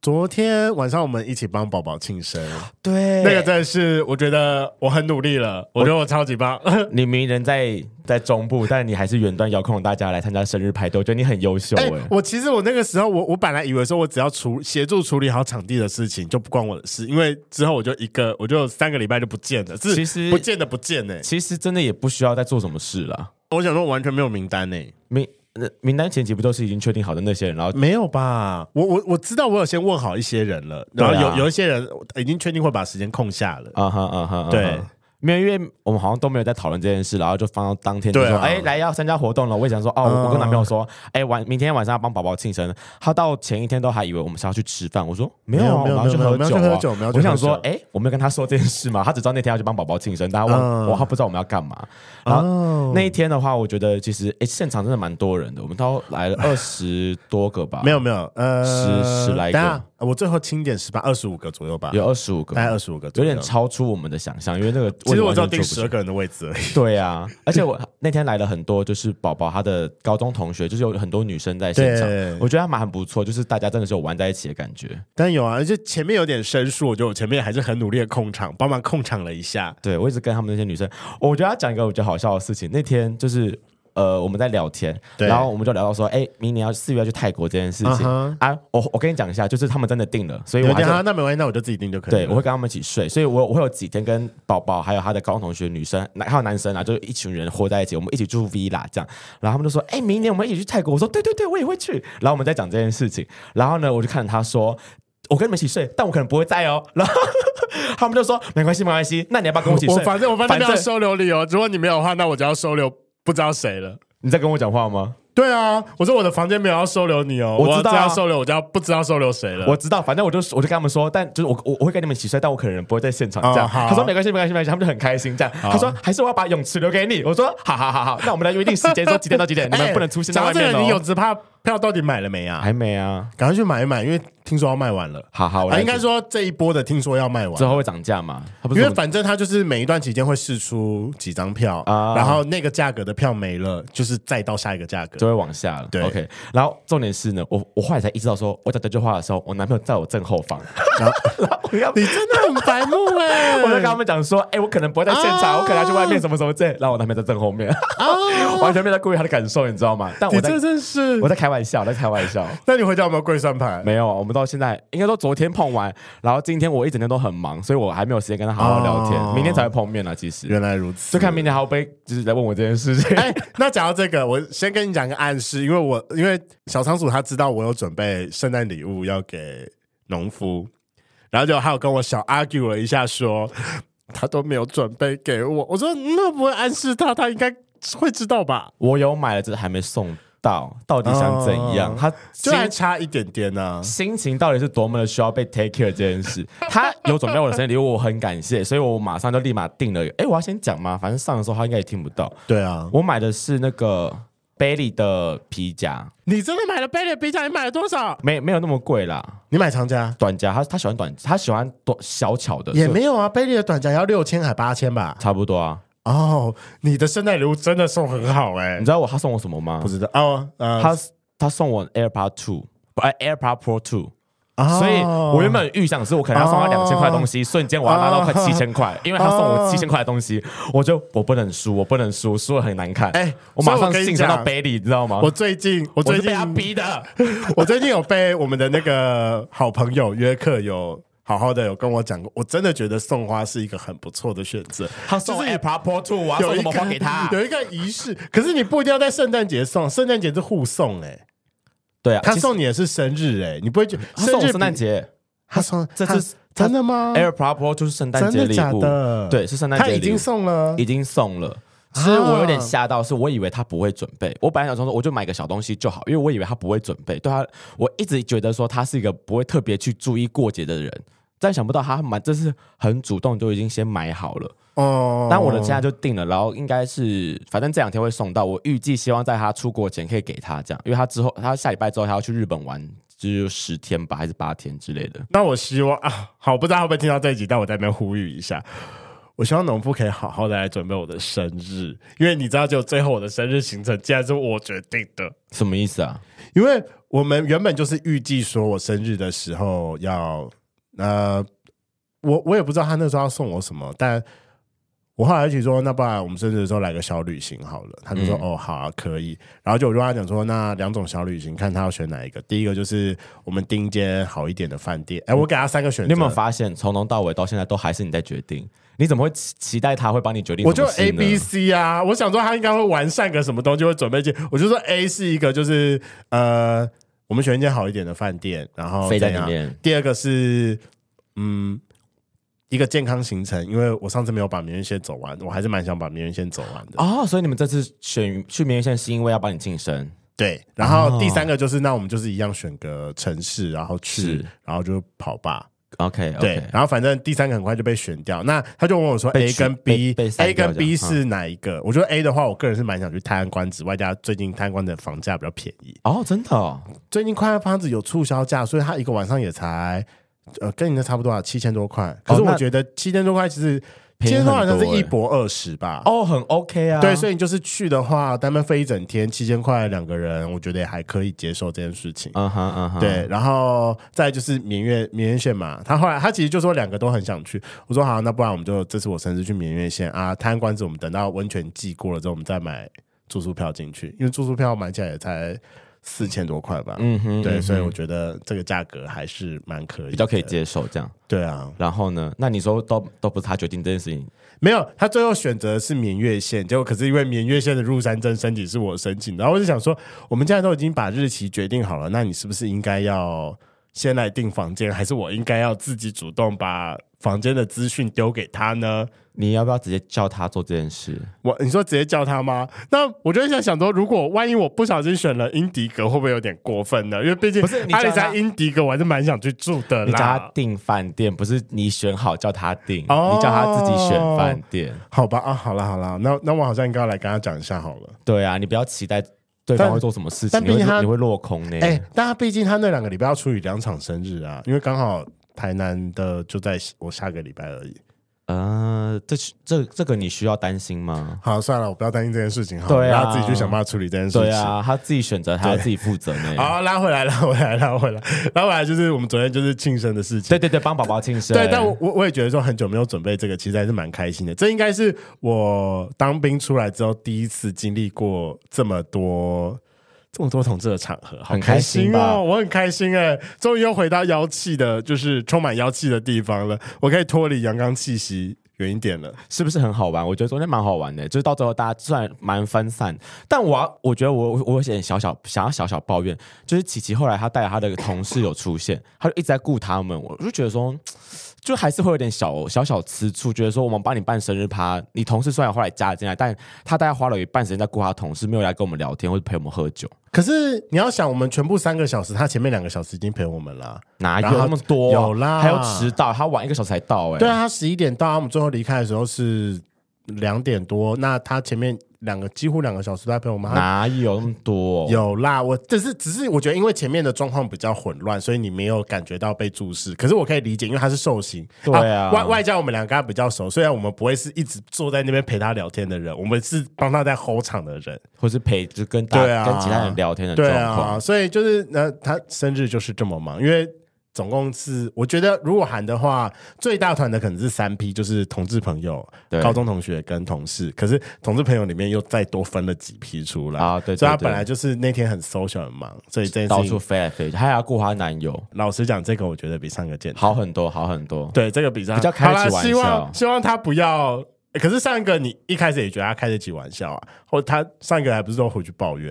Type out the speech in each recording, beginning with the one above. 昨天晚上我们一起帮宝宝庆生，对，那个真的是我觉得我很努力了，我觉得我超级棒。你明明人在在中部，但你还是远端遥控大家来参加生日派对，我觉得你很优秀哎、 哎、我其实我那个时候，我我本来以为说我只要处协助处理好场地的事情就不关我的事，因为之后我就一个我就三个礼拜就不见了，是其实不见的不见呢、其实真的也不需要再做什么事了。我想说完全没有名单呢、名那名单前几不都是已经确定好的那些人，然后没有吧？我我我知道我有先问好一些人了，然后对有、啊有一些人已经确定会把时间空下了。啊哈啊哈，啊哈对。没有，因为我们好像都没有在讨论这件事，然后就放到当天就对啊嗯说：“哎、来要参加活动了。”我也想说：“哦，我我跟男朋友说，哎、晚明天晚上要帮宝宝庆生。”他到前一天都还以为我们是要去吃饭，我说：“没有啊，没有我们要去没有喝没有酒、啊，没有我们要去喝酒我们要去喝酒我想说：“哎、我没有跟他说这件事嘛，他只知道那天要去帮宝宝庆生，但他忘、嗯我他不知道我们要干嘛。”然后、哦那一天的话，我觉得其实哎、现场真的蛮多人的，我们都来 了二十多个吧，没有没有，呃，十十来个等一下我最后清点十八二十五个左右吧，有二十五个大，概二十五个左有右，点超出我们的想象，因为那个其实我只有定定十二个人的位置而已。对啊，而且我那天来了很多，就是宝宝他的高中同学，就是有很多女生在现场对，我觉得他们很不错，就是大家真的是有玩在一起的感觉。但有啊，就前面有点生疏，我觉得我前面还是很努力的控场，帮忙控场了一下。对我一直跟他们那些女生，哦我觉得要讲一个我觉得好笑的事情，那天就是。呃，我们在聊天，对然后我们就聊到说，哎，明年要四月要去泰国这件事情、嗯啊，我我跟你讲一下，就是他们真的定了，所以有我还点是哈，那没关系，那我就自己定就可以对，了。我会跟他们一起睡，所以我我会有几天跟宝宝还有他的高中同学女生，那还有男生啊，就是一群人活在一起，我们一起住 villa 这样。然后他们就说：“哎、明年我们一起去泰国。”我说：“对对对，我也会去。”然后我们在讲这件事情，然后呢，我就看着他说：“我跟你们一起睡，但我可能不会在哦。”然后 他们就说：“没关系，没关系，那你要不要跟我一起我睡？”反正我反反正正要收留理由，如果你没有的话，那我就要收留不知道谁了。你在跟我讲话吗？对啊，我说我的房间没有要收留你哦，我知知道道啊要收留，我就要不知道收留谁了。我知道，啊反正我就我就跟他们说，但就是我我我会跟你们一起睡，但我可能不会在现场这样。哦好哦他说没关系，没关系，没关系，他们就很开心这样。他说还是我要把泳池留给你。我说好好好好，那我们来约定时间，说几点到几点，你们不能出现在哎外面讲到这个你哦泳。池怕票到底买了没啊？还没啊，赶快去买一买，因为听说要卖完了。好好，我啊，来应该说这一波的听说要卖完之。后会涨价嘛？他不因是为我们反正他就是每一段期间会试出几张票，啊然后那个价格的票没了，就是再到下一个价格。就会往下了。对 o k 然后重点是呢，我我后来才意识到说，我讲这句话的时候，我男朋友在我正后方， 然后然后我跟他你真的很白目哎、 我就跟他们讲说，哎、我可能不会在现场，啊我可能要去外面什么什么之类，然后我男朋友在正后面，啊， 完全没有在顾虑他的感受，你知道吗？但你我在这真是 我。在开玩笑，我在开玩笑。那你回家有没有跪算盘？ 没有，我们到现在应该说昨天碰完，然后今天我一整天都很忙，所以我还没有时间跟他好好聊天，哦明天才会碰面了。啊其实原来如此，就看明天还会不会就是来问我这件事 情。哎、那讲到这个，我先跟你讲个暗示，因为我因为小仓鼠他知道我有准备圣诞礼物要给农夫，然后就还有跟我小 argue 了一下说，他都没有准备给我。我说嗯那不会暗示他，他应该会知道吧？我有买了，只是还没送到，到底想怎样？哦他就心还差一点点啊呢、心情到底是多么的需要被 take care 这件 事？他有准备我的生日礼物，我很感谢，所以我马上就立马订了。哎，我要先讲吗？反正上的时候他应该也听不到。对啊，我买的是那个 Bailey 的皮夹，你真的买了贝利皮夹，你买了多少？没没有那么贵啦，你买长夹短夹。他他喜欢短，他喜欢短小巧的，也所以没有啊，贝利的短夹要六千还八千吧？差不多啊。哦，你的圣诞礼物真的送很好哎、你知道我他送我什么吗不？知道哦，呃，他他送我 AirPod Two，不哎 AirPod Pro Two。哦所以我原本预想是我可能要送他两千块的东西，瞬间我要拉到快哦七千块，因为他送我七千块的东西，我就我不能输，我不能输，输了很难看。哎我马所以上我跟你欣赏到讲 Bailey，你知道吗？我最近，我我最是近被他逼的， 我最近有被我们的那个好朋友约克有好好的有跟我讲过，我真的觉得送花是一个很不错的选择。他送我就是 AirPod Pro Two，我要有送一什个么花给他？ 有一个仪式，可是你不一定要在圣诞节送，圣诞节是互送哎、对啊，他其实送你也是生日哎、你不会觉得他送我日圣诞节他送这他是他真的吗？ AirPod Pro 就是圣诞真节的礼假物的？，对，是圣诞他节已礼经物，送了已经送了。其实啊我有点吓到，是我以为他不会准备。我本来想说，我就买个小东西就好，因为我以为他不会准备。对他，我一直觉得说他是一个不会特别去注意过节的人，但想不到他蛮，这是很主动就已经先买好了。哦但我的现在就定了，然后应该是反正这两天会送到。我预计希望在他出国前可以给他这样，因为他之后他下礼拜之后他要去日本玩，就是十天吧，还是八天之类的。那我希望啊，好，不知道会不会听到这一集，但我在那边呼吁一下，我希望农夫可以好好的来准备我的生日，因为你知道，就最后我的生日行程竟然是我决定的，什么意思啊？因为我们原本就是预计说我生日的时候要，呃，我我也不知道他那时候要送我什么，但我后来一起说，那不然我们生日的时候来个小旅行好了。他就嗯说，哦，好、啊，可以。然后就我就跟他讲说，那两种小旅行，看他要选哪一个。第一个就是我们订间好一点的饭店，哎，我给他三个选择。嗯你有没有发现，从头到尾到现在都还是你在决定？你怎么会期期待他会帮你决定我什就么事呢？ A B C 啊，我想说他应该会完善个什么东西，会准备进。我就说 A 是一个，就是呃，我们选一间好一点的饭店，然后飞在怎样里面。第二个是嗯，一个健康行程，因为我上次没有把明月线走完，我还是蛮想把明月线走完的。哦，所以你们这次选去明月线是因为要帮你晋升，对，然后第三个就是，那我们就是一样选个城市，然后去是，然后就跑吧。 OK，对然后反正第三个很快就被选掉。那他就问我说被：“A 取跟被 B，A 被删掉跟 B 这样嗯是哪一个？”我觉得 A 的话，我个人是蛮想去泰安关子，外加最近泰安关子的房价比较便宜，哦，真的、哦，最近快乐房子有促销价，所以它一个晚上也才呃跟你的差不多啊，七千多块。可是哦那我觉得七千多块其实七便千宜很多好像是多欸一博二十吧。哦，很 OK 啊，对，所以你就是去的话，他们飞一整天，七千块两个人，我觉得也还可以接受这件事情。嗯哼嗯哼，对，然后再就是绵月绵月线嘛，他后来他其实就说两个都很想去，我说好，那不然我们就这次我生日去绵月线啊，摊关子我们等到温泉季过了之后，我们再买住宿票进去，因为住宿票买起来也才四千多块吧，嗯哼，对，嗯哼所以我觉得这个价格还是蛮可以，比较可以，接受这样。对啊，然后呢？那你说都都不是他决定这件事情，没有，他最后选择是绵月线，结果可是因为绵月线的入山证申请是我申请的，然后我就想说，我们现在都已经把日期决定好了，那你是不是应该要先来订房间，还是我应该要自己主动把房间的资讯丢给他呢？你要不要直接叫他做这件事？我你说直接叫他吗？那我就在想说，如果万一我不小心选了英迪格，会不会有点过分呢？因为毕竟不是你叫阿他里山英迪格，我还是蛮想去住的你叫他啦。订饭店，不是你选好叫他订，哦你叫他自己选饭店。好吧啊，好了好了，那那我好像应该要来跟他讲一下好了。对啊，你不要期待对方但会做什么事情，但你毕竟他会你会落空欸呢。哎、但他毕竟他那两个礼拜要处理两场生日啊，因为刚好台南的就在我下个礼拜而已。呃，这这这个你需要担心吗？好，算了，我不要担心这件事情好了，对啊让他自己去想办法处理这件事情。对啊，他自己选择，他要自己负责呢。好，拉回来，拉回来，拉回来，拉回来，就是我们昨天就是庆生的事情对。对对，帮宝宝庆生。对，但我我我也觉得说很久没有准备这个，其实还是蛮开心的。这应该是我当兵出来之后第一次经历过这么多这么多同志的场合，好很开心心吧哦！我很开心哎、终于又回到妖气的，就是充满妖气的地方了。我可以脱离阳刚气息远一点了。是不是很好玩？我觉得昨天蛮好玩的，就是到最后大家虽然蛮分散，但我要我觉得我我我有点小小想要小小抱怨，就是琪琪后来她带着她的同事有出现，她就一直在顾他们，我就觉得说，就还是会有点小小小吃醋，觉得说我们帮你办生日趴，你同事虽然后来加了进来，但他大概花了有一半时间在顾他同事，没有来跟我们聊天或者陪我们喝酒，可是你要想，我们全部三个小时，他前面两个小时已经陪我们了啊。哪有然后那么多？有啦还要迟到，他晚一个小时才到、哎，对啊，他十一点到，我们最后离开的时候是两点多。那他前面两个几乎两个小时都在陪我们，他哪有那么多？有啦，我只是只是我觉得，因为前面的状况比较混乱，所以你没有感觉到被注视。可是我可以理解，因为他是受刑，对啊外外加我们两个跟他比较熟，虽然我们不会是一直坐在那边陪他聊天的人，我们是帮他在吼场的人。或是陪就跟大对啊家、跟其他人聊天的对状况。啊，所以就是呃，他生日就是这么忙，因为总共是我觉得如果喊的话，最大团的可能是三批，就是同志朋友、对高中同学跟同事。可是同志朋友里面又再多分了几批出来啊对对所以他对本来就是那天很 social 很忙，所以这件到事处情。飞来飞去，还要顾她男友，老实讲，这个我觉得比上个简单。好很多，好很多。对，这个比上比较开得起好啦玩希笑望希望他不要。欸可是上一个你一开始也觉得他开得起玩笑啊，或他上一个还不是都回去抱怨，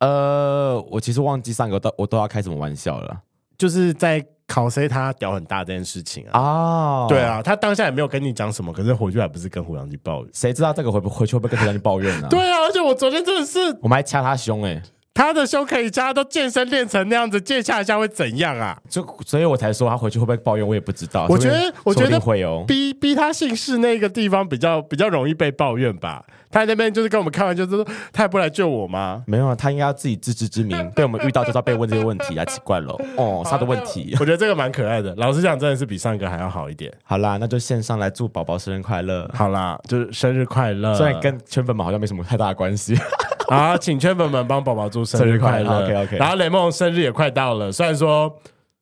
呃，我其实忘记上个都我都要开什么玩笑了就是在考 C 他屌很大这件事情啊。啊！对，啊，他当下也没有跟你讲什么，可是回去还不是跟胡杨 去抱怨。啊谁知道这个回不回去会不会跟人家去抱怨呢、对，啊，而且我昨天真的是我们还掐他胸哎、他的胸可以加，都健身练成那样子，借下一下会怎样啊？就所以我才说他回去会不会抱怨，我也不知道。我觉说得不定，我觉说不定得会哦。逼逼他姓氏那个地方比较比较容易被抱怨吧。他那边就是跟我们开玩笑，就是说他也不来救我吗？没有啊，他应该要自己自知 之明。对我们遇到就是要被问这些问题啊，奇怪了哦，是他的问题。我觉得这个蛮可爱的。老实讲，真的是比上一个还要好一点。好啦，那就线上来祝宝宝生日快乐。好啦，就是生日快乐！虽然跟圈粉们好像没什么太大的关系， 啊，请圈粉们帮宝宝祝生日快乐。生日快乐，OK，OK 然后雷梦生日也快到了，虽然说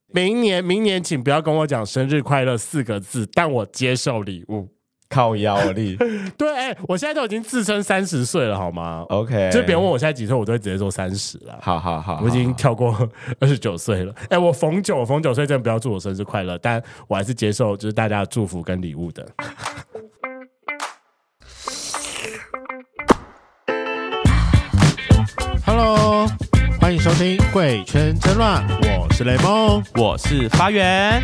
明年明年请不要跟我讲生日快乐四个字，但我接受礼物。靠腰力。对，哎、我现在都已经自称三十岁了，好吗？ OK，就别人问我现在几岁，我都会直接说三十了。好好好，啊我已经好跳过 二十九岁了。哎、我逢九，我逢九岁真的不要祝我生日快乐，但我还是接受就是大家的祝福跟礼物的。Hello，欢迎收听《贵圈争乱》，我是雷梦。我是发源。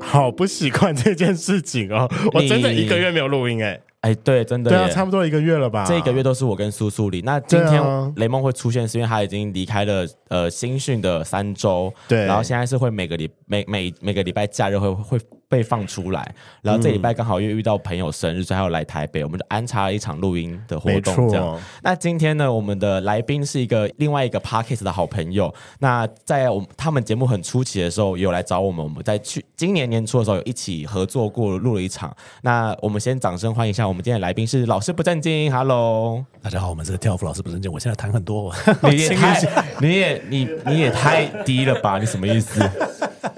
好不习惯这件事情哦，我真的一个月没有录音哎、哎，对，真的对耶，啊，差不多一个月了吧？这一个月都是我跟苏苏里。那今对啊天雷梦会出现，是因为他已经离开了呃新训的三周，对然后现在是会每个礼每每每个礼拜假日会会被放出来，然后这礼拜刚好又遇到朋友生日，所以他要来台北，我们就安插了一场录音的活没动，错这样。那今天呢，我们的来宾是一个另外一个 Parkes 的好朋友。那在我们他们节目很初期的时候，有来找我们，我们在去今年年初的时候有一起合作过，录了一场。那我们先掌声欢迎一下我们今天的来宾是老师不正经，Hello，大家好，我们是跳舞老师不正经，我现在谈很多， 你 也太你也你你也太低了吧？你什么意思？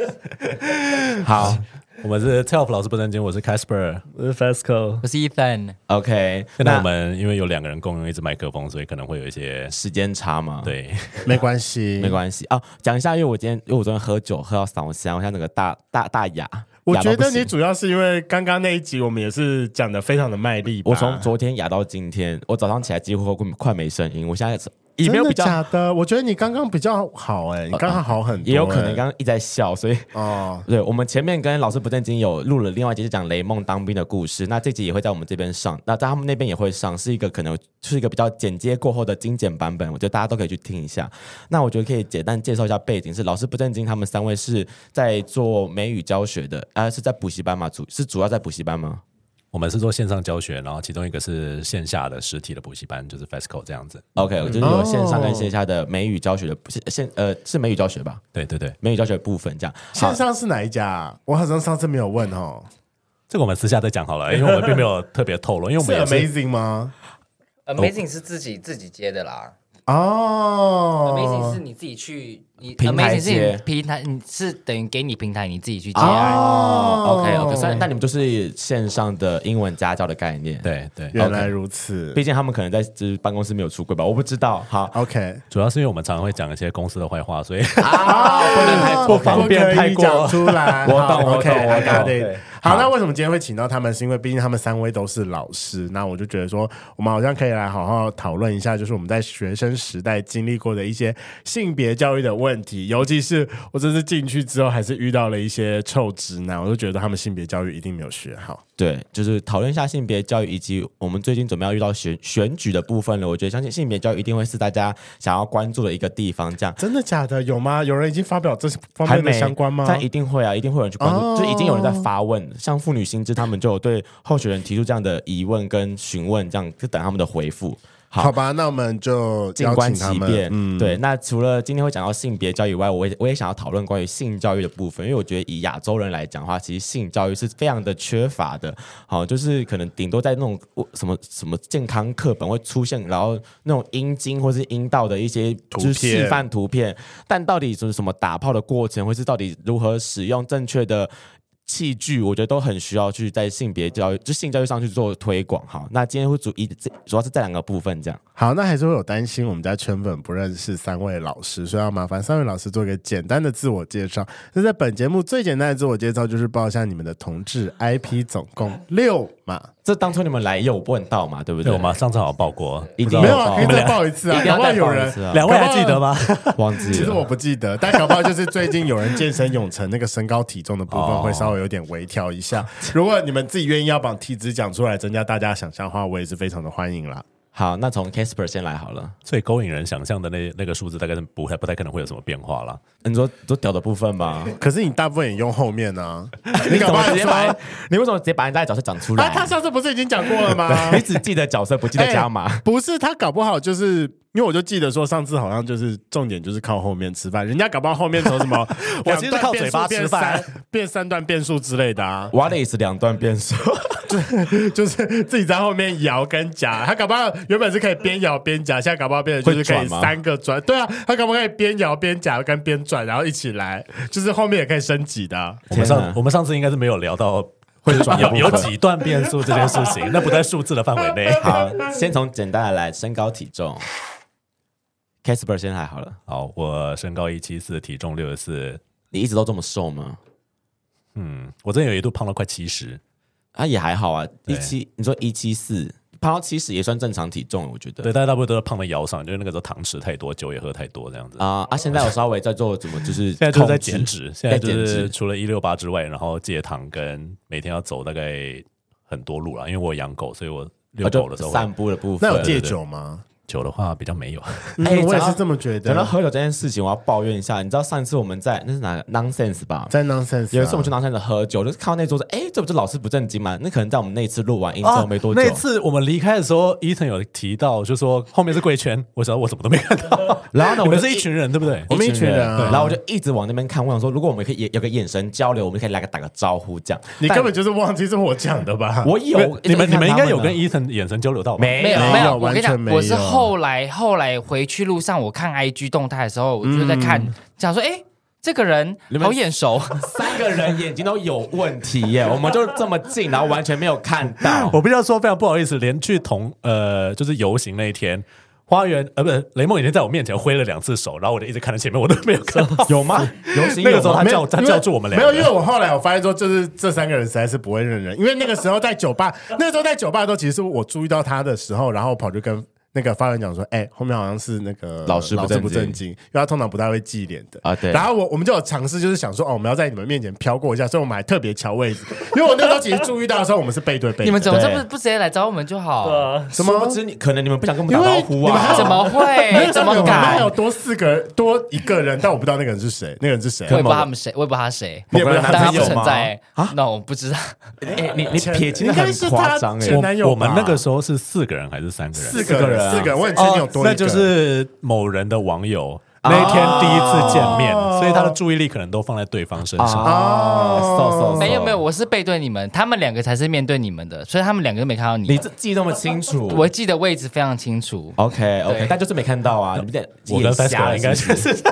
好。 我们是跳舞老师不正经，我是 Casper。我是 Fasco，我是 Ethan， OK，那那我我们们因为有两个人共用一支麦克风，所以可能会有一些 时间差嘛，，对，没关系，没关系哦。讲一下，因为我今天因为我昨天喝酒喝到嗓子哑，我现在整个大大大哑。我哑到觉不得行你主要是因为刚刚那一集我们也是讲的非常的卖力吧，我从昨天哑到今天，我早上起来几乎快快没声音。我现在也真没有的比较，假的，我觉得你刚刚比较好哎、你刚刚好很多、也有可能哎刚刚一直在笑，所以。哦。 对，我们前面跟老师不正经有录了另外一集，是讲雷梦当兵的故事。那这集也会在我们这边上，那在他们那边也会上，是一个可能是一个比较剪接过后的精简版本，我觉得大家都可以去听一下。那我觉得可以简单介绍一下背景，是老师不正经他们三位是在做美语教学的，啊，是在补习班吗？主是主要在补习班吗？我们是做线上教学，然后其中一个是线下的实体的补习班，就是 FESCO 这样子。 OK，就是有线上跟线下的美语教学的，是线呃是美语教学吧？对对对，美语教学的部分这样。线，好上是哦哪一家、啊？我好像上次没有问哦，这个我们私下再讲好了，因为我们并没 有特别透露，因为我是们也是 Amazing 吗？ Amazing 是自己自己接的啦、哦 a m a z i n g 是你自己去，你平台 Amazing 是接你平台，你是等于给你平台，你自己去接啊案。哦 OK OK，所以算那你们就是线上的英文家教的概念。对对，原来如此。毕竟他们可能在就是办公室没有出柜吧，我不知道。哦好， OK，主要是因为我们常常会讲一些公司的坏话，所以啊，不能太不方便可以太过讲出来。我懂好我懂 OK，我 I 懂 got it 对好，那为什么今天会请到他们？是因为毕竟他们三位都是老师，那我就觉得说，我们好像可以来好好讨论一下，就是我们在学生时代经历过的一些性别教育的问题，尤其是我这次进去之后，还是遇到了一些臭直男，我就觉得他们性别教育一定没有学好。对，就是讨论一下性别教育，以及我们最近准备要遇到选选举的部分了。我觉得相信性别教育一定会是大家想要关注的一个地方，这样。真的假的？有吗？有人已经发表这方还面的没相关吗？但一定会啊，一定会有人去关注，哦就已经有人在发问，像妇女心知他们就有对候选人提出这样的疑问跟询问，这样就等他们的回复。好好吧，那我们就静邀观请他其们。嗯变。对。那除了今天会讲到性别教育以外，我也我也想要讨论关于性教育的部分，因为我觉得以亚洲人来讲的话，其实性教育是非常的缺乏的。好、就是可能顶多在那种呃什么什么健康课本会出现，然后那种阴茎或是阴道的一些图就是片示范图片，但到底就是什么打炮的过程，或是到底如何使用正确的器具，我觉得都很需要去在性别教育，就性教育上去做推广。好，那今天会主一这主要是这两个部分这样。好，那还是会有担心我们家圈粉不认识三位老师，所以要麻烦三位老师做一个简单的自我介绍。那在本节目最简单的自我介绍就是报一下你们的同志 IP，总共六嘛。这当初你们来也有问到嘛，对不对，对？ 我们上次好像报过，一定没有啊，报可以啊再报一次啊，一定搞要不好再有报一人次啊 两位还记得吗？ 忘记了。其实我不记得，但搞不好就是最近有人健身永成那个身高体重的部分哦会稍微有点微调一下。 如果你们自己愿意要把体脂讲出来，增加大家想象的话，我也是非常的欢迎 啦。好，那从 Casper 先来好了。 最勾引人想象的那那个数字，大概是不太不太可能会有什么变化啦。你说说屌的部分吧，可是你大部分也用后面 呢、你搞怎不么好直接说把你为什么直接把人家的角色讲出来啊，？他上次不是已经讲过了吗？ 你只记得角色，不记得加码。哎不是他搞不好就是因为我就记得说上次好像就是重点就是靠后面吃饭，人家搞不好后面从什 么我其实是靠嘴巴吃饭两段变数变三变三段变数之类的啊， What is 两段 变数？就是自己在后面摇跟夹，他搞不好原本是可以边摇边夹，现在搞不好变成就是可以会转吗三个转，对啊，他搞不好可以边摇边夹跟边转，然后一起来，就是后面也可以升级的啊、我天们上哪我们上次应该是没有聊到 会转有有几段变数这件事情，那不在数字的范围内。好，先从简单的来，身高体重。Casper 先来好了。 好，我身高一七四，体重六十四，你一直都这么瘦吗？嗯，我之前有一度胖到快七十，啊，也还好啊，一对七，你说一七四，胖到七十也算正常体重，我觉得。对，大家大部分都是胖在腰上，就是那个时候糖吃太多，酒也喝太多这样子。啊、啊！现在我稍微在做怎么，就是 现在就是控在制减脂，现在就在减是脂除了一六八之外，然后戒糖跟每天要走大概很多路了，因为我养狗，所以我遛啊狗的时就候散步的部分。那有戒酒吗？酒的话比较没有。哎嗯，我也讲到是这么觉讲到得。喝酒这件事情，我要抱怨一下。你知道上一次我们在那是哪个 nonsense 吧？在 nonsense，、啊、有一次我们去 nonsense 喝酒，就是看到那桌子，哎，这不就老师不正经吗？那可能在我们那一次录完音啊之后没多久，啊那次我们离开的时候，伊藤有提到，就说后面是贵圈，我想我什么都没看到。然后呢，你我们就是一群人对不对？我们一群人啊对然后我就一直往那边看，我想说，如果我们可以有个眼神交流，我们可以来个打个招呼这样。你但根本就是忘记是我讲的吧？我有你们你们应该有跟一伊藤眼神交流到吧？没没有没有有，我完跟你全讲，没有我是后来后来回去路上，我看 IG 动态的时候，我就嗯在看，想说，哎，这个人你们好眼熟，三个人眼睛都有问题耶，我们就这么近，然后完全没有看 到。我必须要说非常不好意思，连去同呃就是游行那一天。花园呃，不是雷梦已经在我面前挥了两次手，然后我就一直看着前面，我都没有看 到。有吗？游行那有个时候吗他没有叫他因为叫住我们两没个有，人，因为我后来我发现说，就是这三个人实在是不会认人，因为那个时候在酒吧， 那个时候在酒吧的时候，其实是我注意到他的时候，然后我跑去跟那个发言讲说，哎、后面好像是那个老师不老正师不经正经，因为他通常不太会记脸的啊对然后我我们就有尝试，就是想说，哦，我们要在你们面前飘过一下，所以我们还特别瞧位置，因为我那时候其实注意到的时候，我们是背 对背的，你们怎么这对不不直接来找我们就好？什么殊不知你可能你们不想跟我因们为打招呼你们还啊？有怎么那会？个怎上面么我们还敢有？多四个多一个人，但我不知道那个人是谁，那个人是谁我。也不知道他们谁，我也不知道他谁，你也不知道但他他是不有存吗在啊，那我不知道。哎，你你撇清的应很该是他夸张哎前我男友吧我们那个时候是四个人还是三个人？四个人，四个人啊四个人，我很确定有多一个哦那就是某人的网友那一天第一次见面，哦所以他的注意力可能都放在对方身啊上。哦，瘦瘦没有没有，，瘦我是背对你们，他们两个才是面对你们的，所以他们两个都没看到你。你这记那么清楚，我记得位置非常清楚。 OK 对 OK，但就是没看到啊，你们点我跟眼瞎 Fesco 了应该是不是是，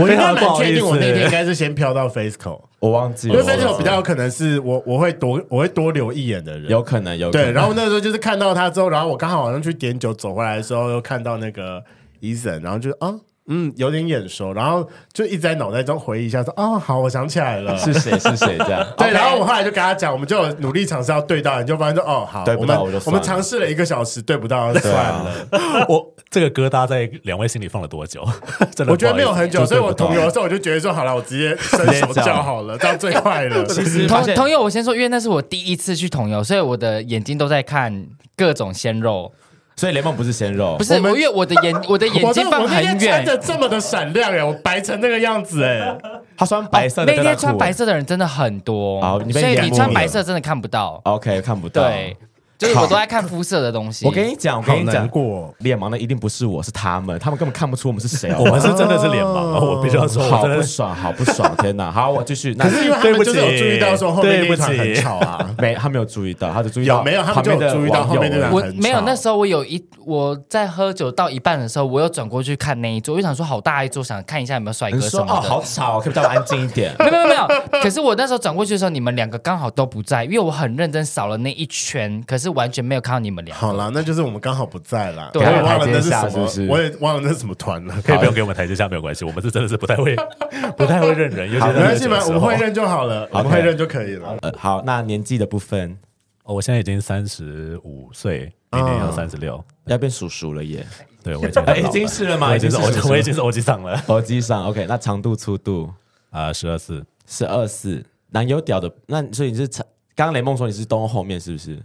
我非应该常蛮不好确意定，我那天应思。该是先飘到 Faceco，我忘记因了，为我忘记 Faceco 了比较有可能是我我会多我会多留一眼的人。哦有可能有可对，能然后那时候就是看到他之后，然后我刚好好像去点酒走回来的时候，又看到那个 Eason，然后就啊嗯有点眼熟，然后就一直在脑袋中回忆一下说哦好我想起来了。。是谁是谁这样 对， OK 然后我后来就跟他讲，我们就有努力尝试要对到，你就发现说哦好，对不到我我就们算我们了啊尝试了一个小时，对不到就算了。 我这个疙瘩在两位心里放了多久？ 真的，我觉得没有很久，就所以我对不到同游的时候我就觉得说好了，我直接伸手叫好了，这样最快了。 其实发同现同友，我先说，因为那是我第一次去同友，所以我的眼睛都在看各种鲜肉。所以雷梦不是鲜肉不，是，我因为我的 眼我的眼我这睛我放那很天穿远。的这么的闪亮哎，我白成那个样子哎，他穿白色的那吊带天裤哦穿白。色的人真的很多，哦你被所以你淹没穿了白色真的看不到。 OK，看不到。对，就是我都在看肤色的东西。我跟你讲，我跟你讲，过。脸盲的一定不是我，是他们，他们根本看不出我们是谁。好我不好们是真的是脸盲，我必须要说，我哦好真不的爽，好不爽！天哪，好，我继续。那可是因为他对们不就起是有注意到说后面那一团对很不起吵啊，没，他没有注意到，他只注意到有没有他们旁就边有的注意到后面那网友两我很吵没有，那时候我有一我在喝酒到一半的时候，我有转过去看那一桌，我就想说好大一桌，想看一下有没有帅哥你什说么哦，的。好吵，可不可以叫我安静一 点？没有没有没有，可是我那时候转过去的时候，你们两个刚好都不在，因为我很认真扫了那一圈，可是完全没有看到你们俩。好啦，那就是我们刚好不在啦。对我也忘了台阶那是下什么，是不是我也忘了那是什么团了。可以不用给我们台阶下，没有关系。我们是真的是不太会， 不太会认人，尤其没是关系吧，我们会认就好了，我们会认就可以了。呃，好，那年纪的部分，哦，我现在已经三十五岁，明年要三十六，要变叔叔了耶！对我已经哎已经是了吗我已经是已经是 我我已经是我机长了耳机上 OK，那长度粗度啊，十二四是二四，男友屌的那，所以你是长刚刚雷梦说你是东后面是不是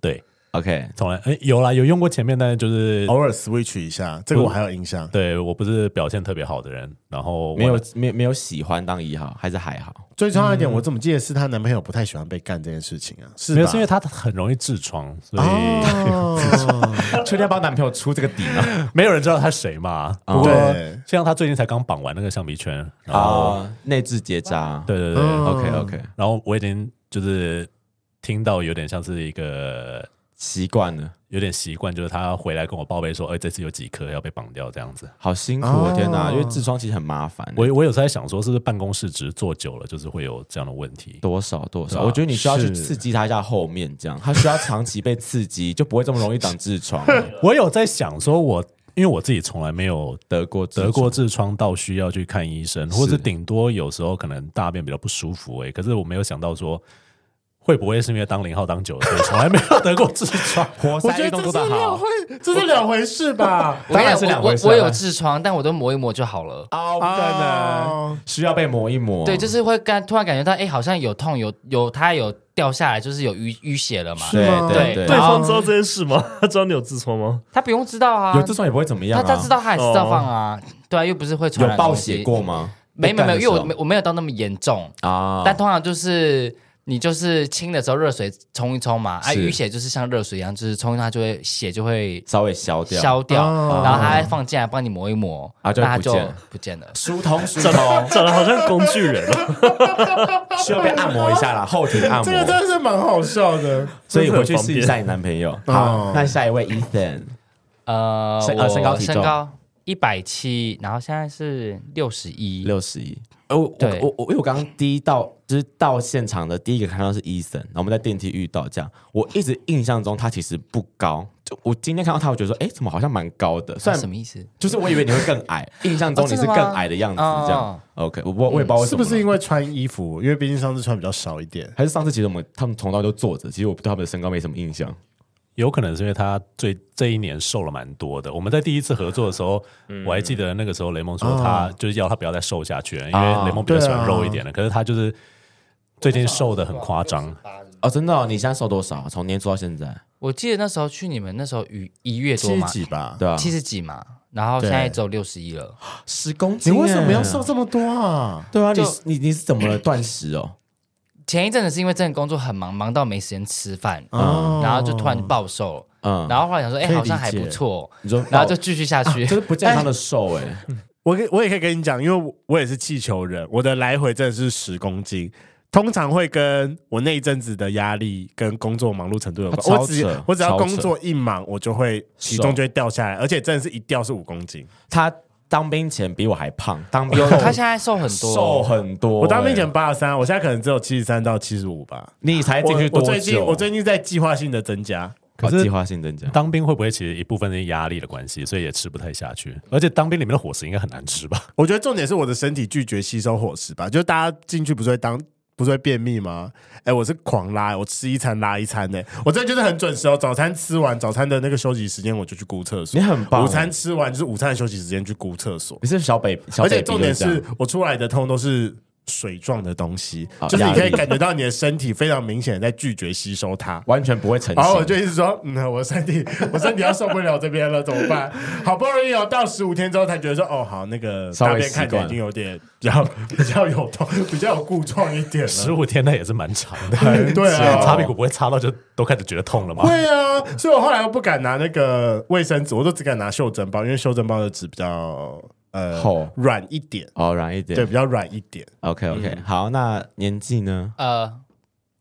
对， ？OK，从来哎有啦，有用过前面，但是就是偶尔 switch 一下，这个我还有印象。对我不是表现特别好的人，然后我没有没有没有喜欢当一号还是还好？最重要一点，我怎么记得是她男朋友不太喜欢被干这件事情啊？是没有吧是因为他很容易痔疮，所以、哦，确定要帮男朋友出这个底吗？没有人知道他谁嘛。啊不过对像他最近才刚绑完那个橡皮圈，然后、 啊，内置结扎。对对对，嗯 OK OK，然后我已经就是听到有点像是一个习惯了，有点习惯，就是他回来跟我报备说，哎、这次有几颗要被绑掉这样子。好辛苦哦！哦天哪，因为痔疮其实很麻烦。我我有时候在想说，是不是办公室只是坐久了，就是会有这样的问题？多少多少，对啊我觉得你需要去是刺激他一下后面，这样他需要长期被刺激，就不会这么容易长痔疮。我有在想说我，因为我自己从来没有得过痔疮得过痔疮到需要去看医生，或者顶多有时候可能大便比较不舒服哎、可是我没有想到说。会不会是因为当零号当久了，所以从来没有得过痔疮？活我塞觉运得这动做是得两好回，这是两回事吧？我跟当你然讲是两我回事啊我我有痔疮，但我都磨一磨就好了。啊，不可能哦，需要被磨一磨。对，就是是会感突然感觉到，哎、好像有痛，有有它有掉下来，就是有淤淤血了嘛。对吗对对对对方知道这件事吗？ 他知道你有痔疮吗？他不用知道啊，有痔疮也不会怎么样他啊。哦他知道他还是照放啊，对啊，又不是会传有染暴东西血过？吗？没没被干没的有，因为时我候没我没有到那么严重，啊，但通常就是。你就是清的时候热水冲一冲嘛，啊，是淤血就是像热水一样，就是冲一冲它就会血就会稍微消掉，消掉，哦然后它还放进来帮你磨一磨，啊就那它不就见了不见了。疏通疏长通得，长得好像工具人哦，需要被按摩一下啦，后庭按这个摩。真的是蛮好笑的。所以回去试一下你男朋友。好哦，那下一位 Ethan，呃，身呃我身高体重身高一百七，然后现在是六十一，六十一。哦，我对我我因为我刚刚第一到就是到现场的第一个看到是 Ethan，然后我们在电梯遇到这样，我一直印象中他其实不高，就我今天看到他，我觉得说，哎，怎么好像蛮高的？虽算然什么意思？就是我以为你会更 矮，印象中哦你真是的吗更矮的样子，这样哦。 OK，我不我也不知道为是什不么，是因为穿衣服？因为毕竟上次穿比较少一点。还是上次其实我们他们从头到尾都坐着，其实我对他们的身高没什么印象。 有可能是因为他最这一年瘦了蛮多的。我们在第一次合作的时候，嗯我还记得那个时候雷蒙说啊他就是要他不要再瘦下去了，因为雷蒙比较喜欢肉一点的，可是他就是最近瘦的很夸张。哦，真的哦、你现在瘦多少？从年初到现在，我记得那时候去你们那时候一一月多七十嘛，几吧？对啊，七十几嘛，然后对现在只有六十一了。十公你斤，为什么要瘦？这么多啊？对啊，你就是你你是怎么了？断食哦，前一阵子是因为真的工作很忙，忙到没时间吃饭，哦然后就突然暴瘦，嗯，然后后来想说，哎、可以好像理还不解哦错，你说，哦然后就继续下去。就是不健康的瘦哎、我跟我也可以跟你讲，因为我我也是气球人，我的来回真的是十公斤。通常会跟我那一阵子的压力跟工作忙碌程度有啊超关。我只扯我只要超扯工作一忙，我就会体重就会掉下来，而且真的是一掉是五公斤。他当兵前比我还胖，当啊兵后 他现在瘦很多，瘦很多、我当兵前哎，八十三，我现在可能只有七十三到七十五吧。你才哎进去我多我久？啊最近我最近在计划性的增加，可哦计是划性增加，当兵会不会其实一部分是压力的关系，所以也吃不太下去？而且当兵里面的伙食应该很难 吃吧？我觉得重点是我的身体拒绝吸收伙食吧，就是大家进去不是会当。不是会便秘吗？哎、我是狂拉，我吃一餐拉一餐呢、我真的就是很准时哦，早餐吃完，早餐的那个休息时间我就去估厕所。你很棒午餐吃完就是午餐的休息时间去估厕所，你是小北，小而北且鼻重点就是这是样我出来的通都是水状的东西，啊就是你压力可以感觉到你的身体非常明显地在拒绝吸收它。完全不会成型。然后我就一直说，嗯，我身体， 我身体要受不了这边了，怎么办？好不容易哦，到十五天之后才觉得说，哦，好，那个稍微大便看起来已经有点比较比较有 痛，比较有故状一点嗯十了。五天那也是蛮长的，对啊擦屁股不会擦到就都开始觉得痛了吗？对啊，所以我后来又不敢拿那个卫生纸，我都只敢拿袖珍包，因为袖珍包的纸比较呃厚软一点，哦，软一点。对，比较软一点。 o k OK，、好，那年纪呢？呃，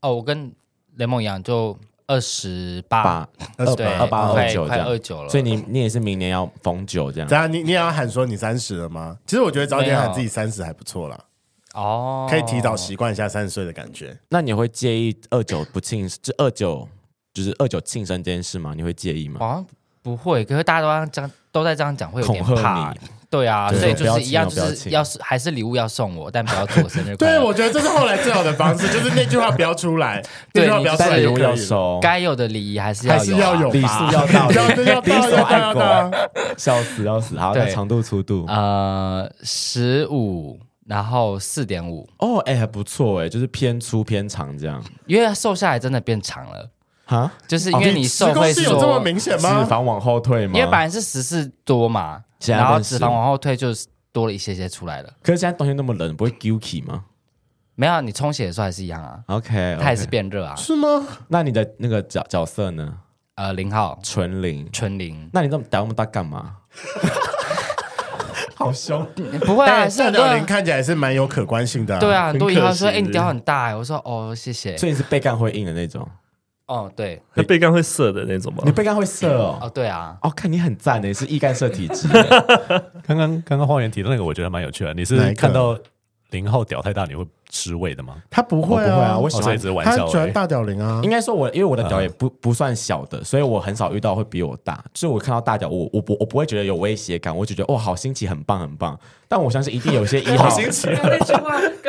哦，我跟雷蒙一样，就二十八，八，对，二八快二九这快样二九了，所以你你也是明年要逢九这样怎。样？啊你你也要喊说你三十了吗？其实我觉得早点没喊有自己三十还不错啦，哦，可以提早习惯一下三十岁的感觉。那你会哦介意二九不庆，就二九就是二九庆生这件事吗？你会介意吗？好像不会，可是大家都这样讲都在这样讲，会有恐点吓怕你。。对啊，对所以就不要是亲一样，哦不要就是亲要是还是礼物要送我，但不要做 生日快对，乐。我觉得这是后来最好的方 式，就是那句话不要出来，那对句话不要出来你但礼就物可以要了，收，该有的礼仪还是要还有、啊，是要有吧，礼数要到要礼要礼到哦数要到啊爱要国到。笑死要死。好，对那长度粗度啊呃十五，然后四点五，哦，哎，还不错哎，就是偏粗偏长这样。因为瘦下来真的变长了，哈，就是因为你瘦子宫哦会是有这么说，明显脂吗？肪往后退吗？因为本来是十四多嘛，现在然后变脂15肪往后退就是多了一些些出来了。可是现在冬天那么冷，不会 guilty 吗没有啊，你充血的时候还是一样啊， ？OK，它也是。变热啊。是吗？那你的那个角角色呢？呃，零号纯零。纯零，那你这么打那么大干嘛？好凶！不会啊，还但是夏很多小林人看起来是蛮有可观性的、对，啊，很多银行说，很可惜哎，你屌很大哎，我说哦，谢谢。所以你是被干会硬的那种，哦，对，那被干会涩的那种 吗你？被干会射哦。哦，对啊，哦，看你很赞的，是易干射体 质。刚刚刚刚花园提的那个，我觉得蛮有趣的。你哪一是个看到零号屌太大，你会吃味的吗？他不会我不会啊，啊我哦，喜欢所以只是玩他笑喜而欢已。大屌零啊应。该说我，因为我的屌也不不算小的，所以我很少遇到会比我大。所以我看到大屌，我我不我不会觉得有威胁感，我只觉得哇，哦好新奇，很棒很棒。但我相信一定有些一 号，奇，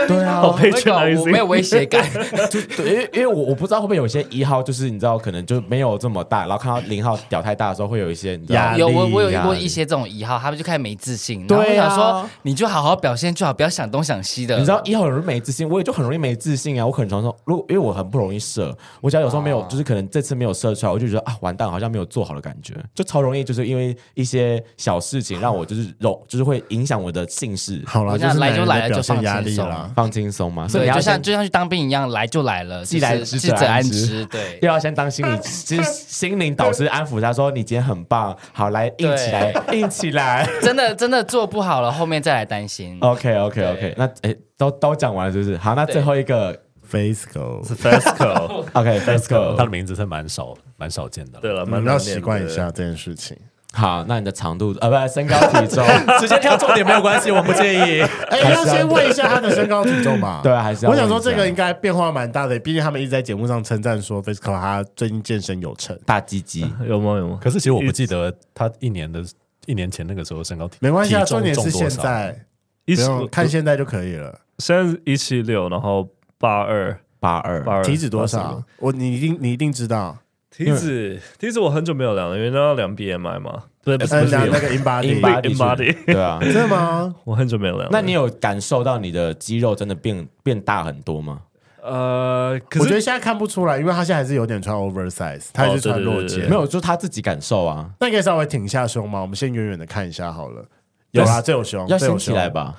对啊，好佩那圈个来我没有威胁 感，就对，因为因为我我不知道会不会有些一号，就是你知道，可能就没有这么大，然后看到零号屌太大的时候，会有一些你知道压力有我我有遇压过力一些这种一号，他们就开始没自信，然后我对啊想说你就好好表现就好，不要想东想西的。你知道一号很容易没自信，我也就很容易没自信啊。我可能常常如果因为我很不容易射，我只要有时候没哦有，就是可能这次没有射出来，我就觉得啊完蛋，好像没有做好的感觉，就超容易就是因为一些小事情让我就是容，就是会影响我的性事，好了，我想就是来就男人来的了表就现放压轻力松啦。放轻松嘛。所以你对，要就像先就像去当兵一样，来就来了，既就是来之智则者安安之之。对，又要先当心理，就是心灵导师安抚他说：“你今天很棒，好来硬起来，硬起来。真的真的做不好了，后面再来担心。 ”OK OK OK，对那诶都都讲完了是不是？好，那最后一个 Face go， Fasco， OK Let's go 呃他。的名字是蛮少蛮少见的。对了，我蛮们嗯难要念的习惯一。下这件事情。好，那你的长度呃不身高体 重直接跳重点没有关系，我不介意。哎，要先问一下他的身高体重吧。对啊还是要我问一想下说这个应该变化蛮大的，毕竟他们一直在节目上称赞说 Face go 他最近健身有成。大鸡鸡，有吗？有吗？可是其实我不记得他一年的一年前那个时候身高体没关系啊，体重重点是重多现少在，一不起用看现在就可以了。现在一七六，然后八二八二八二，体脂多少？？我你一定你一定知道。体脂体脂我很久没有量了，因为都要量 BMI 嘛，不是不是呃，不是量那 BMI 个 in body， In body in body 对啊。真的吗？我很久没有量了。那你有感受到你的肌肉真的变变大很多吗？呃，我可觉得是现在看不出来，因为他现在还是有点穿 oversize，他还是穿落对肩。啊没有，就是他自己感受啊，那你可以稍微挺一下胸吗？我们先远远的看一下好了。有啦，要这有胸，要这有掀起胸来？吧。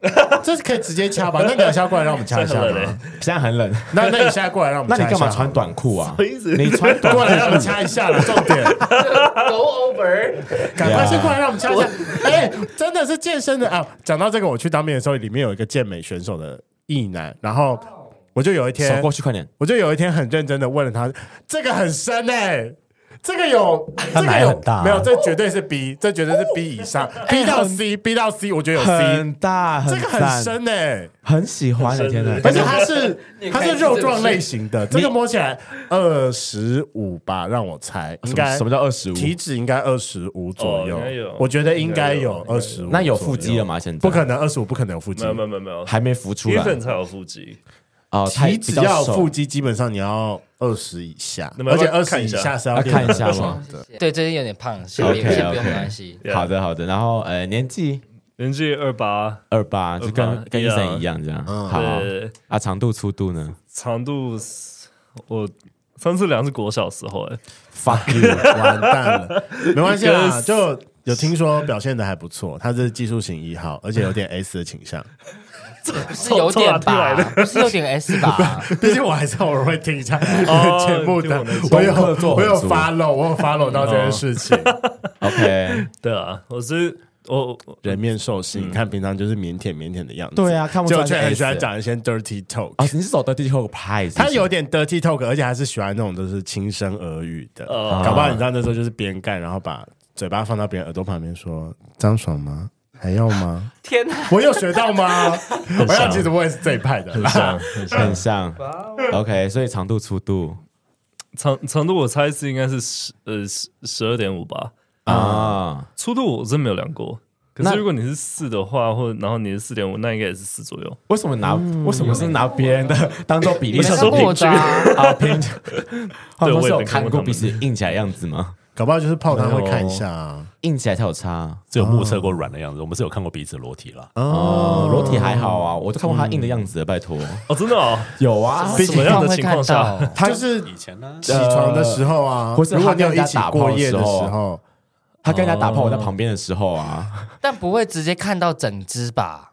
这是可以直接掐吧？那你要下过来让我们掐一下这很冷吗？现在很冷，那那你现在过来让我那们掐你一下好干嘛了，穿短裤啊？一直你穿短过来 让我们裤，掐一下了，重点， Go over，赶快先过来让我们掐一下。哎，真的是健身的啊！讲到这个，我去当兵的时候，里面有一个健美选手的意男，然后我就有一手天过去快点。我就有一天很认真的问了他，这个很深哎、这个有，这个奶有很大啊没有？这绝对是 B，这绝对是 B 以上，B 到 C，B 到 C，我觉得有 C，哎很大，这很个很赞，深哎、很喜欢的，天哪！而且它是它是肉状类型的，这你个摸起来二十五吧，让我猜，应什该么什么叫二十五？体脂应该二十五左右哦应该有，我觉得应该有应该有二十五。那有腹肌了？吗？现在不可，能，二十五不可能有腹肌没。有没有没有没有，还没浮出一来粉才有腹肌，哦，太体脂比较要有瘦腹肌，基本上你要二十以下，那么而要不且要二十看以一下下是要要看一下 吗？吗？对，最近有点胖，所以 OK，先不用 OK 关系。 Yeah 好的，好的。然后呃，年纪年纪二八，二八，就跟28跟医生一样这样。嗯好对啊，长度粗度呢长度我上次量是国小时候，哎， ？Fuck you！完蛋了，没关系一啦，个就有听说表现的还不错，他是技术型一号，而且有点 S 的倾 向。是有点吧，不是有点 S 吧？毕竟我还是偶尔会听一下哦节目的你听我的，我有功课做我很有足 follow，我有 follow 到这件事情。 OK，对啊，我是我我人面兽心，你看平常就是腼腆腆腆的样子，对啊看不出就来却很是喜欢 S 讲一些 dirty talk。啊，你是走的第六个派是不是，他有点 dirty talk，而且还是喜欢那种就是轻声耳语的，哦搞不好你知道那时候就是边干，然后把嘴巴放到别人耳朵旁边说：“张爽吗？还要吗？” 天哪！ 我有学到 吗？我要 其实我也是这一派的啦，像 很像。OK，所以长度粗度长长度我猜是应该是十呃十十二点五吧，啊，粗度我真没有量过。可那是如果你是四的话，或者然后你是四点五，那应该也是四左右。为什么拿为什么是拿别人的 当做比例？你想看说过平均的啊啊，平均。他们我也是有没看看过过他们彼此硬起来的样子吗？搞不好就是泡汤会看一下啊。硬起来才有差啊只有目测过软的样子，我们是有看过彼此裸体嗯了。哦。裸体还好啊，我都看过他硬的样子了，拜托。哦，真的哦，有啊，什么样的情况看下 到？他就是以前呢，起床的时候啊，呃或是如果你有他一跟人起家打炮过的夜的时时候 候，他跟人家打炮，我在旁边的时候啊，但不会直接看到整只吧？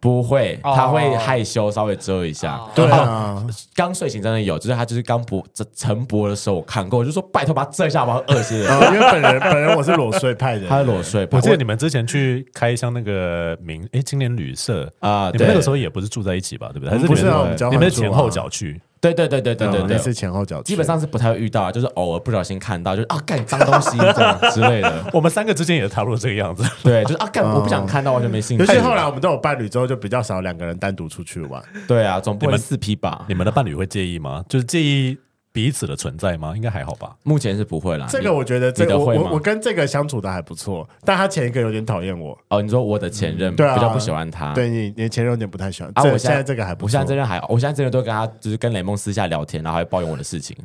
不会，哦他会害羞，稍微遮一下。哦对啊，刚睡醒真的有，就是他就是刚勃这晨勃的时候，我看过，我就说拜托把他遮一下吧，我恶心了。 呃因为本人本人我是裸睡派的，他是裸睡，我记得你你们之前去开箱那个民哎青年旅社啊你们对那个时候也不是住在一起吧？对不对？还我们是不是啊你我们交你换们住前啊后脚去？对对对对对对对那对是，啊前后脚，基本上是不太会遇到，就是偶尔不小心看到，就是啊干脏东西这样之类 的，我们三个之间也差不多这个样子。 对，就是啊干我不想看到，完全没兴趣。尤其后来我们都有伴侣之后，就比较少两个人单独出去玩。对啊，总不能四批吧？你们的伴侣会介意吗？就是介意彼此的存在吗？应该还好吧。目前是不会啦。这你个我觉得这你个的我会吗我我跟这个相处的还不错，但他前一个有点讨厌我，哦，你说我的前任比对啊较不喜欢他，对你你前任有点不太喜欢。啊，这我现在这个还不我错现在，真的还好，我现在真的都跟他就是跟雷梦私下聊天，然后还抱怨我的事情，。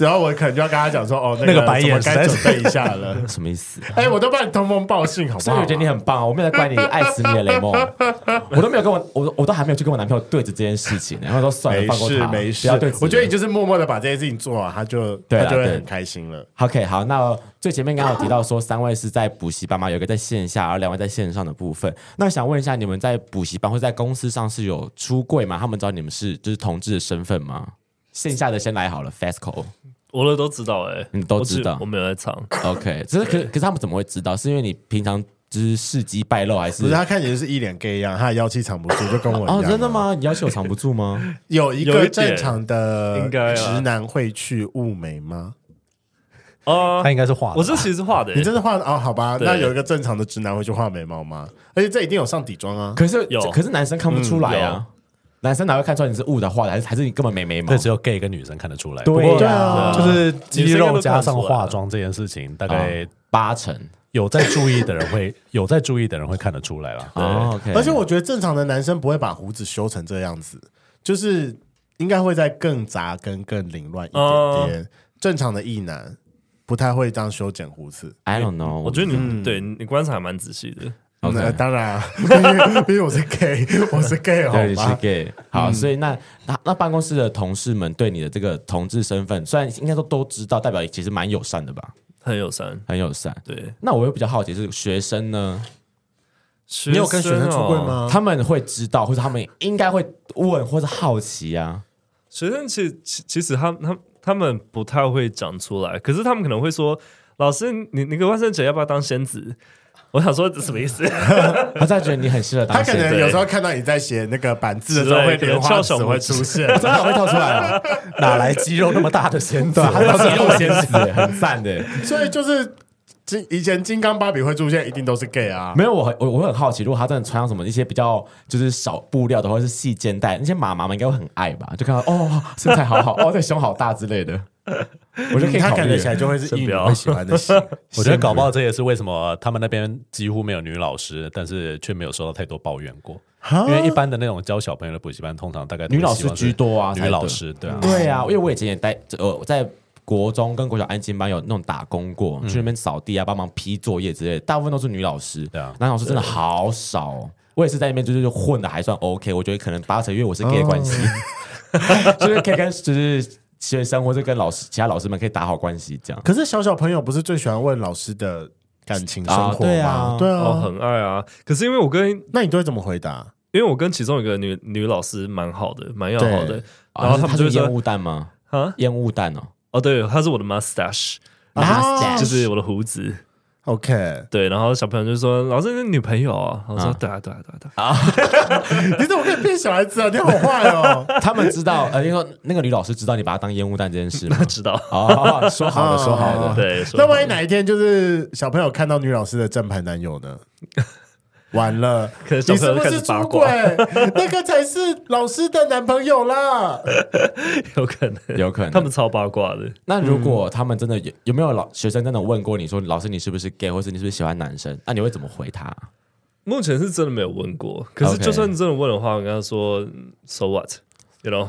然后我可能就要跟他讲说，哦，那个个白眼怎么该实在准是备一下了 什么意思？哎，我都帮你通风报信，好不所以好我？觉得你很棒啊，我没有在怪你，爱死你了，雷梦。我都没有跟我，我我都还没有去跟我男朋友对着这件事情呢，然后说算了，没放过事他，没事不要对峙了。我觉得你就是默默的把这件事情做好，他就对他啊就会对很开心了。 OK，好，那最前面刚刚有提到说三位是在补习班嘛，有一个在线下，而两位在线上的部分。那想问一下，你们在补习班或在公司上是有出柜吗？他们知道你们是就是同志的身份吗？线下的先来好了，Fasco。 我的都知道哎，你都我只知道我没有在藏。 OK，只是可可是他们怎么会知道？是因为你平常就是事迹败露还是不？是他看起来就是一脸 gay 一样，他的妖气藏不住，就跟我一样。啊哦，真的？吗？你要求藏不 住吗？有一有个一点正常的应该啊直男会去雾眉吗？哦啊他，应该是画的吧，我这其实是画的欸，你真的画哦？好吧，对那有一个正常的直男会去画眉毛吗？而且这一定有嗯上底妆啊。可是有可是男生看不出来啊，男生哪会看出来你是误的画的，还是还是你根本没眉毛这？只有 gay 跟女生看得出来。哦对不过对啊就是肌肉加上化啊妆这件事情，大概啊八成。有在注意的人会 有在注意的人会看得出来啦。哦 OK，而且我觉得正常的男生不会把胡子修成这样子，就是应该会再更杂跟更凌乱一点哦点。正常的异男不太会这样修剪胡子。 I don't know，我觉得你对你观察还蛮仔细的。那 OK 当然、啊， 因为因为我是 gay，我是 gay 好嗯对，你是吗？ gay。好，所以那那那办公室的同事们对你的这个同志身份，虽然应该都都知道，代表其实蛮友善的吧，很友善。很友善。对，那我又比较好奇是学生呢，学你有跟学生哦出柜？吗？他们会知道，或者他们应该会问或者好奇啊。学生其实其其实他们他们他们不太会讲出来，可是他们可能会说：“老师，你你给万圣节要不要当仙子？”我想说什么意思？ 他真的觉得你很适合他当可先能生，有时候看到你在写那个板字的时候，会莲花指会出现。真的会跳出来 啊，哪来肌肉那么大的仙子对？啊，他当 肌肉先子，很赞的。所以就是金以前金刚芭比会出现，一定都是 gay 啊。没有，我很我我会很好奇，如果他真的穿上什么一些比较就是少布料的，或者是细肩带，那些妈妈们应该会很爱吧？就看到哦，身材好好，哦，对，胸好大之类的， 我觉得可以嗯他考感虑觉。起来就会是先异不女要会喜欢的型。我觉得搞不好这也是为什么他们那边几乎没有女老师，但是却没有收到太多抱怨过。因为一般的那种教小朋友的补习班，通常大概都女是老希师望是居多啊，女才老对。师对啊，对啊，因为我以前也待呃我在。国中跟国小安静班有那种打工过，嗯去那边扫地啊，帮忙批作业之类的，大部分都是女老师。对啊男老师真的好少哦、我也是在那边就是混的还算 OK，我觉得可能八成因为我是 gay 的关系，哦 就是可以跟就是学生或者跟老师其他老师们可以打好关系这 样。可是小小朋友不是最喜欢问老师的感情生活吗啊？对啊，哦，很爱啊。可是因为我跟那你都会怎么回答？因为我跟其中一个女女老师蛮好的，蛮要好的对。然啊后他他们就是说烟雾弹吗？啊，烟雾 弹哦，哦，对，她是我的 mustache，啊就是我的胡子。 OK，对，然后小朋友就说：“老师，那女朋友啊？”我说：“对啊，对啊，对啊。对啊你怎么可以骗小孩子啊？你好坏哦！他们知道呃，因为那个女老师知道你把他当烟雾弹这件事” 吗他？知道。哦，说好的，说哦好的。对，说那万一哪一天就是小朋友看到女老师的正牌男友呢？完了，可能小你是朋友不就开是始出八轨卦，？那个才是老师的男朋友啦。有可能，有可能他们超八卦的。那如嗯果他们真的有有没有老学生真的问过你说，老师你是不是 gay，或是你是不是喜欢男生？那你会怎么回 他？目前是真的没有问过，可是 OK 就算真的问的话，我跟他说嗯，so what，you know，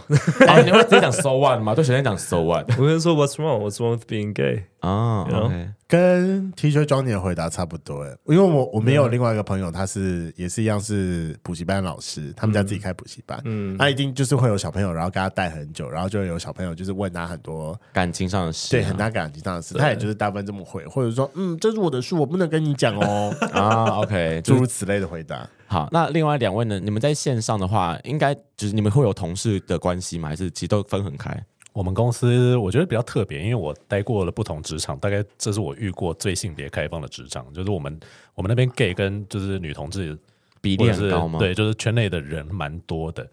哦，你会直接讲 so what 吗？对学生讲 so what 我跟他说 what's wrong，what's wrong with being gay，啊、 You know？ o k 跟 T 恤庄你的回答差不多哎，因为我我们也有另外一个朋友，他是也是一样是补习班老师，他们家自己开补习班，嗯，那一定就是会有小朋友，然后跟他带很久，然后就会有小朋友就是问他很多感情上的事、对很大感情上的事，他也就是大部分这么回，或者说嗯，这是我的书，我不能跟你讲哦，啊 ，OK，诸就如是此类的回答。好。那另外两位呢？你们在线上的话，应该就是你们会有同事的关系吗？还是其实都分很开？我们公司我觉得比较特别，因为我待过了不同职场，大概这是我遇过最性别开放的职场，就是我们我们那边 gay 跟就是女同志比或例者很是高吗？对，就是圈内的人蛮多的，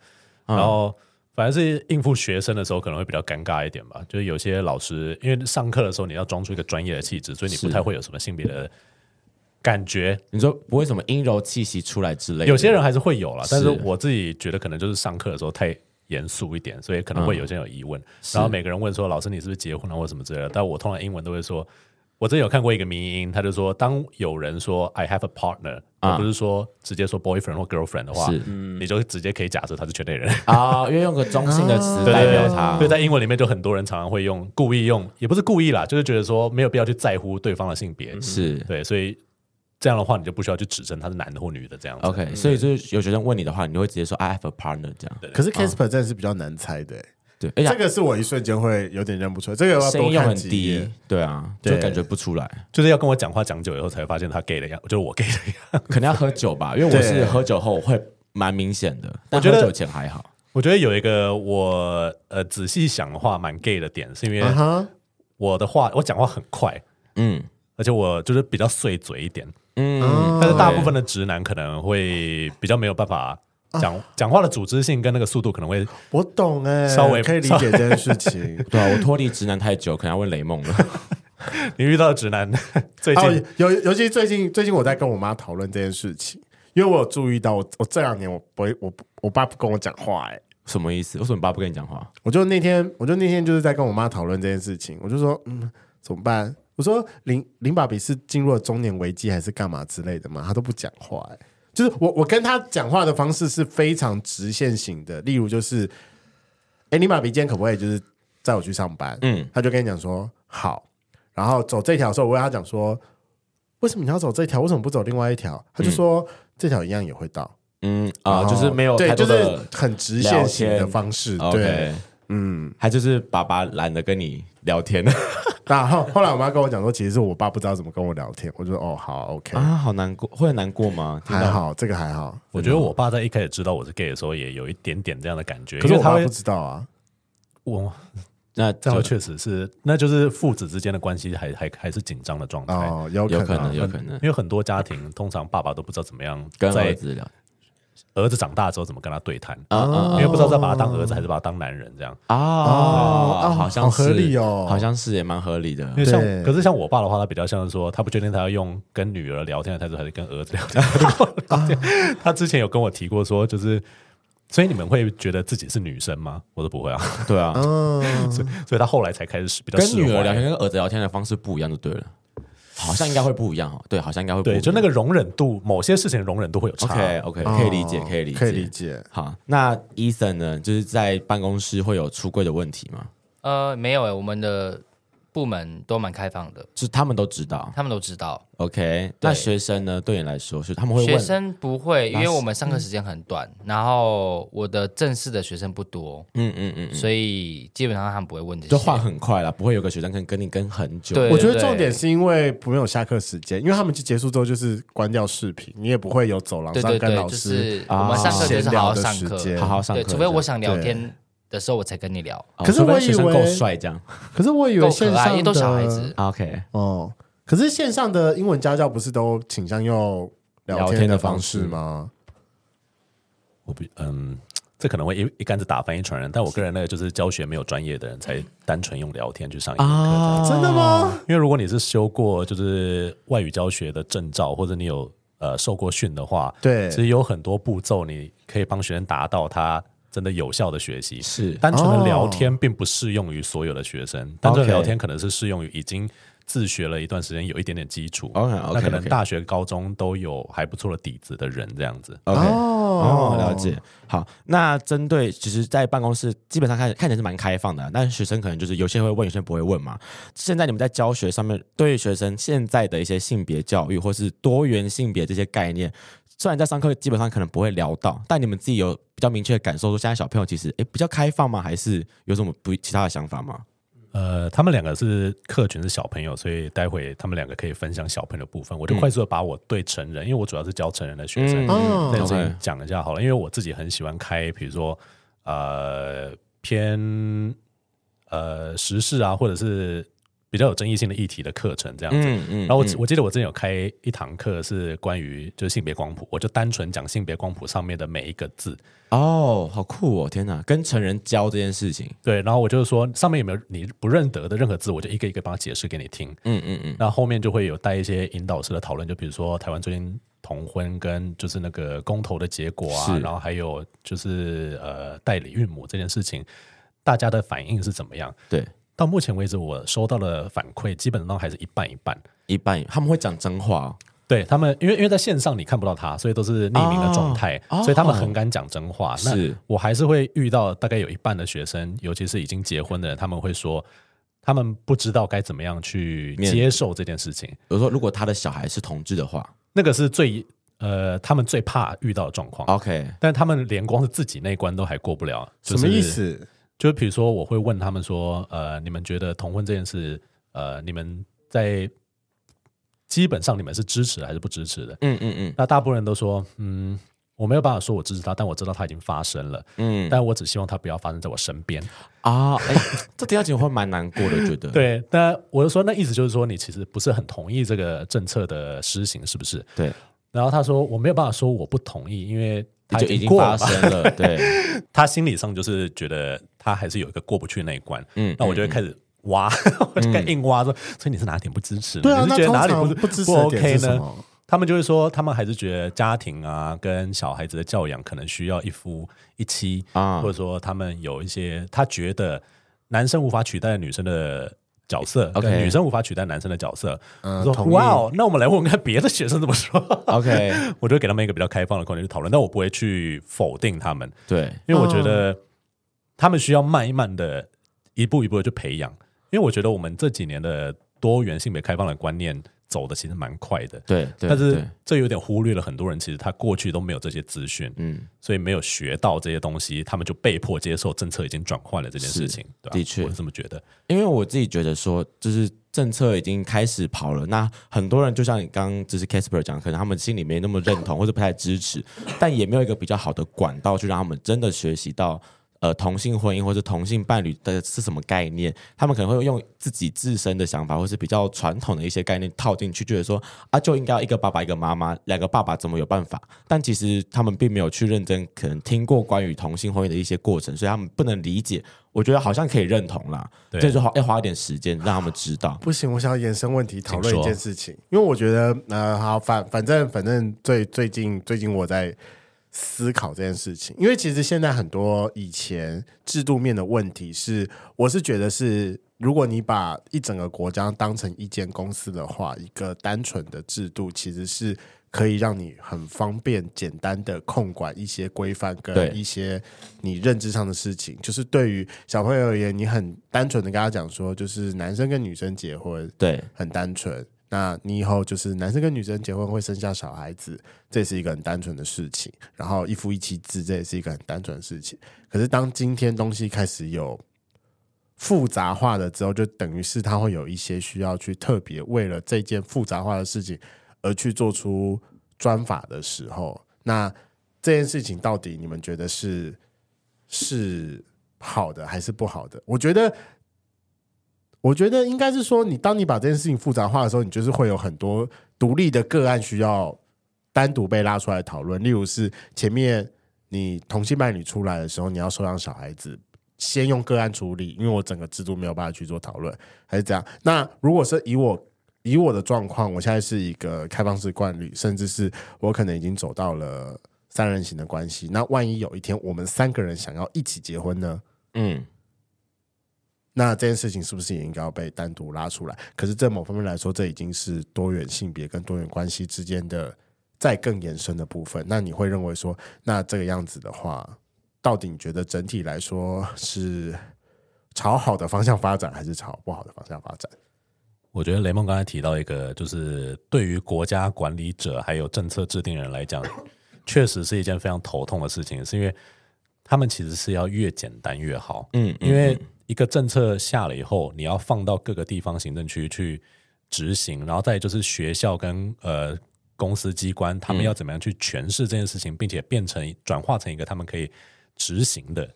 嗯然后。反正是应付学生的时候可能会比较尴尬一点吧，就是有些老师因为上课的时候你要装出一个专业的气质，所以你不是太会有什么性别的感觉，你说不会什么阴柔气息出来之类的？有些人还是会有啦，但是是我自己觉得可能就是上课的时候太严肃一点，所以嗯可能会有些人有疑问。然后每个人问说：“老师，你是不是结婚啊了或什么之类的？”但我通常英文都会说，我之前有看过一个迷音，他就说，当有人说 “I have a partner”，、啊而不是说直接说 “boyfriend” 或 “girlfriend” 的话是，你就直接可以假设他是圈内人。啊，因为用个中性的啊词嗯代表他所以。在英文里面，就很多人常常会用故意用，也不是故意啦，就是觉得说没有必要去在乎对方的性嗯别。是对，所以这样的话，你就不需要去指证他是男的或女的这样子。 OK，所以就是有学生问你的话，你会直接说 I have a partner 这样。可是 Casper 真的是比较难猜的欸，对，而这且个是我一瞬间会有点认不出来，这个我要哎声多音又看很几低眼。，对啊，对就感觉不出来， 就是要跟我讲话讲久以后才发现他 gay 的样，就是我 gay 的样。可能要喝酒吧，因为我对是喝酒后会蛮明显的，但觉喝得酒前还好。我觉得有一个我呃仔细想的话，蛮 gay 的点，是因为啊哈，我的话我讲话很快，嗯而且我就是比较碎嘴一点，嗯，但是大部分的直男可能会比较没有办法讲、讲话的组织性跟那个速度可能会我懂哎，稍微可以理解这件事情。对啊，我脱离直男太久，可能要问雷梦了。 你遇到的直男 最哦近，尤尤其最近最近我在跟我妈讨论这件事情，因为我有注意到我我这两年我不会我不我爸不跟我讲话哎、什么意思？为什么你爸不跟你讲话？我就那天我就那天就是在跟我妈讨论这件事情，我就说嗯怎么办？我说林林爸比是进入了中年危机还是干嘛之类的嘛，他都不讲话哎、就是我我跟他讲话的方式是非常直线型的，例如就是哎林爸比今天可不可以就是载我去上班？嗯，他就跟你讲说好，然后走这条的时候，我跟他讲说，为什么你要走这条？为什么不走另外一条？他就说、这条一样也会到嗯啊，然后就是没有哦对，太就多是的很直线型聊的天方式。对， OK，嗯，还就是爸爸懒得跟你聊天 然后后来我妈跟我讲说，其实是我爸不知道怎么跟我聊天，我就说哦好，OK，、啊，好难过，会很难过吗？听还到好，这个还好。我觉得我爸在一开始知道我是 gay 的时候，也有一点点这样的感觉，可是我因为他爸会不知道啊，我那这样就确实是，那就是父子之间的关系还还还是紧张的状态。哦，有有可可能，能。有可能因为很多家庭通常爸爸都不知道怎么样跟儿在子聊儿子长大之后怎么跟他对谈，啊啊因为不知道是要把他当儿子还是把他当男人这样。啊啊，哦好像是好合理哦好像是也蛮合理的因。为像对可是像我爸的话，他比较像是说，他不确定他要用跟女儿聊天的态度，还是跟儿子聊天的态度。 他之前有跟我提过说，就是。所以你们会觉得自己是女生吗？我都不会啊，对啊，嗯，所以他后来才开始比较跟释女儿怀聊天跟儿子聊天的方式不一样就对了，好像应该会不一样哦。对，好像应该会不一对，样就那个容忍度，某些事情的容忍度会有差。 OK OK，可以理解，哦可以理解，可以理。解。好，那 Ethan 呢？就是在办公室会有出柜的问题吗？呃，没有哎、我们的部门都蛮开放的，是他们都知道。他们都知道。 OK，那学生呢？对你来说是他们会学问，生不会，因那为是我们上课时间很短，然后我的正式的学生不多，嗯嗯嗯，嗯所以基本上他们不会问这些。就换很快了，不会有个学生跟跟你跟很久。对我觉得重点是因为没有下课时间，因为他们就结束之后就是关掉视频，你也不会有走廊对上对跟对，老就师是我啊们上课就是闲好聊好的上时课，间好好上课对，这样。除非我想聊对天的时候我才跟你聊，哦，可是除非我以学生够为帅这样。可是我以为够线可上爱，的因为都小孩子。 OK，哦。可是线上的英文家教不是都倾向用聊天的方式吗？我不嗯，这可能会一一竿子打翻一船人，但我个人那个就是教学没有专业的人才单纯用聊天去上一门课这样。啊真的吗？因为如果你是修过就是外语教学的证照，或者你有呃受过训的话，对其实有很多步骤你可以帮学生达到他真的有效的学习。是单纯哦的聊天并不适用于所有的学生，单纯 OK 的聊天可能是适用于已经自学了一段时间，有一点点基础。 OK，OK，OK 那可能大学、高中都有还不错的底子的人，这样子。 OK，哦哦，了解。好，那针对其实，在办公室基本上看看起来是蛮开放的，啊但是学生可能就是有些会问，有些不会问嘛。现在你们在教学上面，对于学生现在的一些性别教育或是多元性别这些概念，虽然在上课基本上可能不会聊到，但你们自己有比较明确的感受，说现在小朋友其实诶比较开放吗？还是有什么不其他的想法吗？呃，他们两个是客群是小朋友，所以待会他们两个可以分享小朋友的部分，我就嗯快速的把我对成人，因为我主要是教成人的学生，嗯哦那我 OK 先讲一下好了，因为我自己很喜欢开，比如说呃偏呃时事啊，或者是比较有争议性的议题的课程这样子。嗯嗯然后我、嗯我记得我之前有开一堂课是关于就是性别光谱，我就单纯讲性别光谱上面的每一个字，哦，好酷哦！天哪，跟成人教这件事情，对，然后我就是说上面有没有你不认得的任何字，我就一个一个帮他解释给你听。嗯嗯嗯，那后面就会有带一些引导式的讨论，就比如说台湾最近同婚跟就是那个公投的结果啊是，然后还有就是呃代理孕母这件事情，大家的反应是怎么样？对，到目前为止，我收到的反馈基本上还是一半一半。一般他们会讲真话、哦。对他们，因为因为在线上你看不到他，所以都是匿名的状态，哦哦所以他们很敢讲真话。是那我还是会遇到大概有一半的学生，尤其是已经结婚的人，他们会说，他们不知道该怎么样去面接受这件事情。比如说，如果他的小孩是同志的话那个是最呃，他们最怕遇到的状况。 ，OK，但他们连光是自己那一关都还过不了，什就是、么意？思？就是比如说，我会问他们说，呃，你们觉得同婚这件事，呃，你们在基本上你们是支持还是不支持的？嗯嗯嗯那大部分人都说，嗯，我没有办法说我支持他，但我知道他已经发生了，嗯，但我只希望他不要发生在我身边。啊，哎、这听到节目会蛮难过的，觉得对，那我就说，那意思就是说，你其实不是很同意这个政策的施行，是不是？ 对，然后他说，我没有办法说我不同意，因为他就已经过发了嘛。生了，对，他心理上就是觉得他还是有一个过不去那一关。嗯嗯，那我就会开始挖， 我就开始硬挖说，所以你是哪点不支持呢？嗯对啊，你那是觉得通哪里常不不支持的不点 OK 是什呢？么？他们就会说，他们还是觉得家庭啊，跟小孩子的教养可能需要一夫一妻啊 啊，或者说他们有一些他觉得男生无法取代女生的。角色 OK 跟女生无法取代男生的角色，嗯我说同意哇哦，那我们来问问看别的学生怎么说。 ，OK，我就会给他们一个比较开放的空间去讨论，但我不会去否定他们。对，因为我觉得他们需要慢一慢的，一步一步的去培养。因为我觉得我们这几年的多元性别开放的观念走的其实蛮快的，对，对，但是对这有点忽略了很多人，其实他过去都没有这些资讯，嗯，所以没有学到这些东西，他们就被迫接受政策已经转换了这件事情，对吧？的确我是这么觉得。因为我自己觉得说，就是政策已经开始跑了，那很多人就像你刚刚就是 Casper 讲，可能他们心里没那么认同或者不太支持，但也没有一个比较好的管道去让他们真的学习到。呃，同性婚姻或者同性伴侣的是什么概念？他们可能会用自己自身的想法，或是比较传统的一些概念套进去，觉得说啊，就应该要一个爸爸一个妈妈，两个爸爸怎么有办法？但其实他们并没有去认真可能听过关于同性婚姻的一些过程，所以他们不能理解。我觉得好像可以认同啦，对这就花要花一点时间让他们知 道。不行，我想要延伸问题讨论请一说件事情，因为我觉得呃，好反反正反正最最近最近我在思考这件事情，因为其实现在很多以前制度面的问题是，我是觉得是，如果你把一整个国家当成一间公司的话，一个单纯的制度其实是可以让你很方便、简单的控管一些规范对跟一些你认知上的事情。就是对于小朋友而言，你很单纯的跟他讲说，就是男生跟女生结婚，对，很单纯。那你以后就是男生跟女生结婚会生下小孩子，这也是一个很单纯的事情。然后一夫一妻制，这也是一个很单纯的事情。可是当今天东西开始有复杂化了之后，就等于是他会有一些需要去特别为了这件复杂化的事情而去做出专法的时候，那这件事情到底你们觉得是是好的还是不好的？我觉得我觉得应该是说，你当你把这件事情复杂化的时候，你就是会有很多独立的个案需要单独被拉出来讨论。例如是前面你同性伴侣出来的时候，你要收养小孩子，先用个案处理，因为我整个制度没有办法去做讨论，还是这样。那如果是以我以我的状况，我现在是一个开放式惯例，甚至是我可能已经走到了三人行的关系。那万一有一天我们三个人想要一起结婚呢？嗯，那这件事情是不是也应该要被单独拉出来？可是，在某方面来说，这已经是多元性别跟多元关系之间的再更延伸的部分。那你会认为说，那这个样子的话，到底你觉得整体来说是朝好的方向发展，还是朝不好的方向发展？我觉得雷梦刚才提到一个，就是对于国家管理者还有政策制定人来讲，确实是一件非常头痛的事情，是因为他们其实是要越简单越好。嗯嗯，因为一个政策下了以后，你要放到各个地方行政区去执行，然后再就是学校跟呃公司机关，他们要怎么样去诠释这件事情，并且变成转化成一个他们可以执行的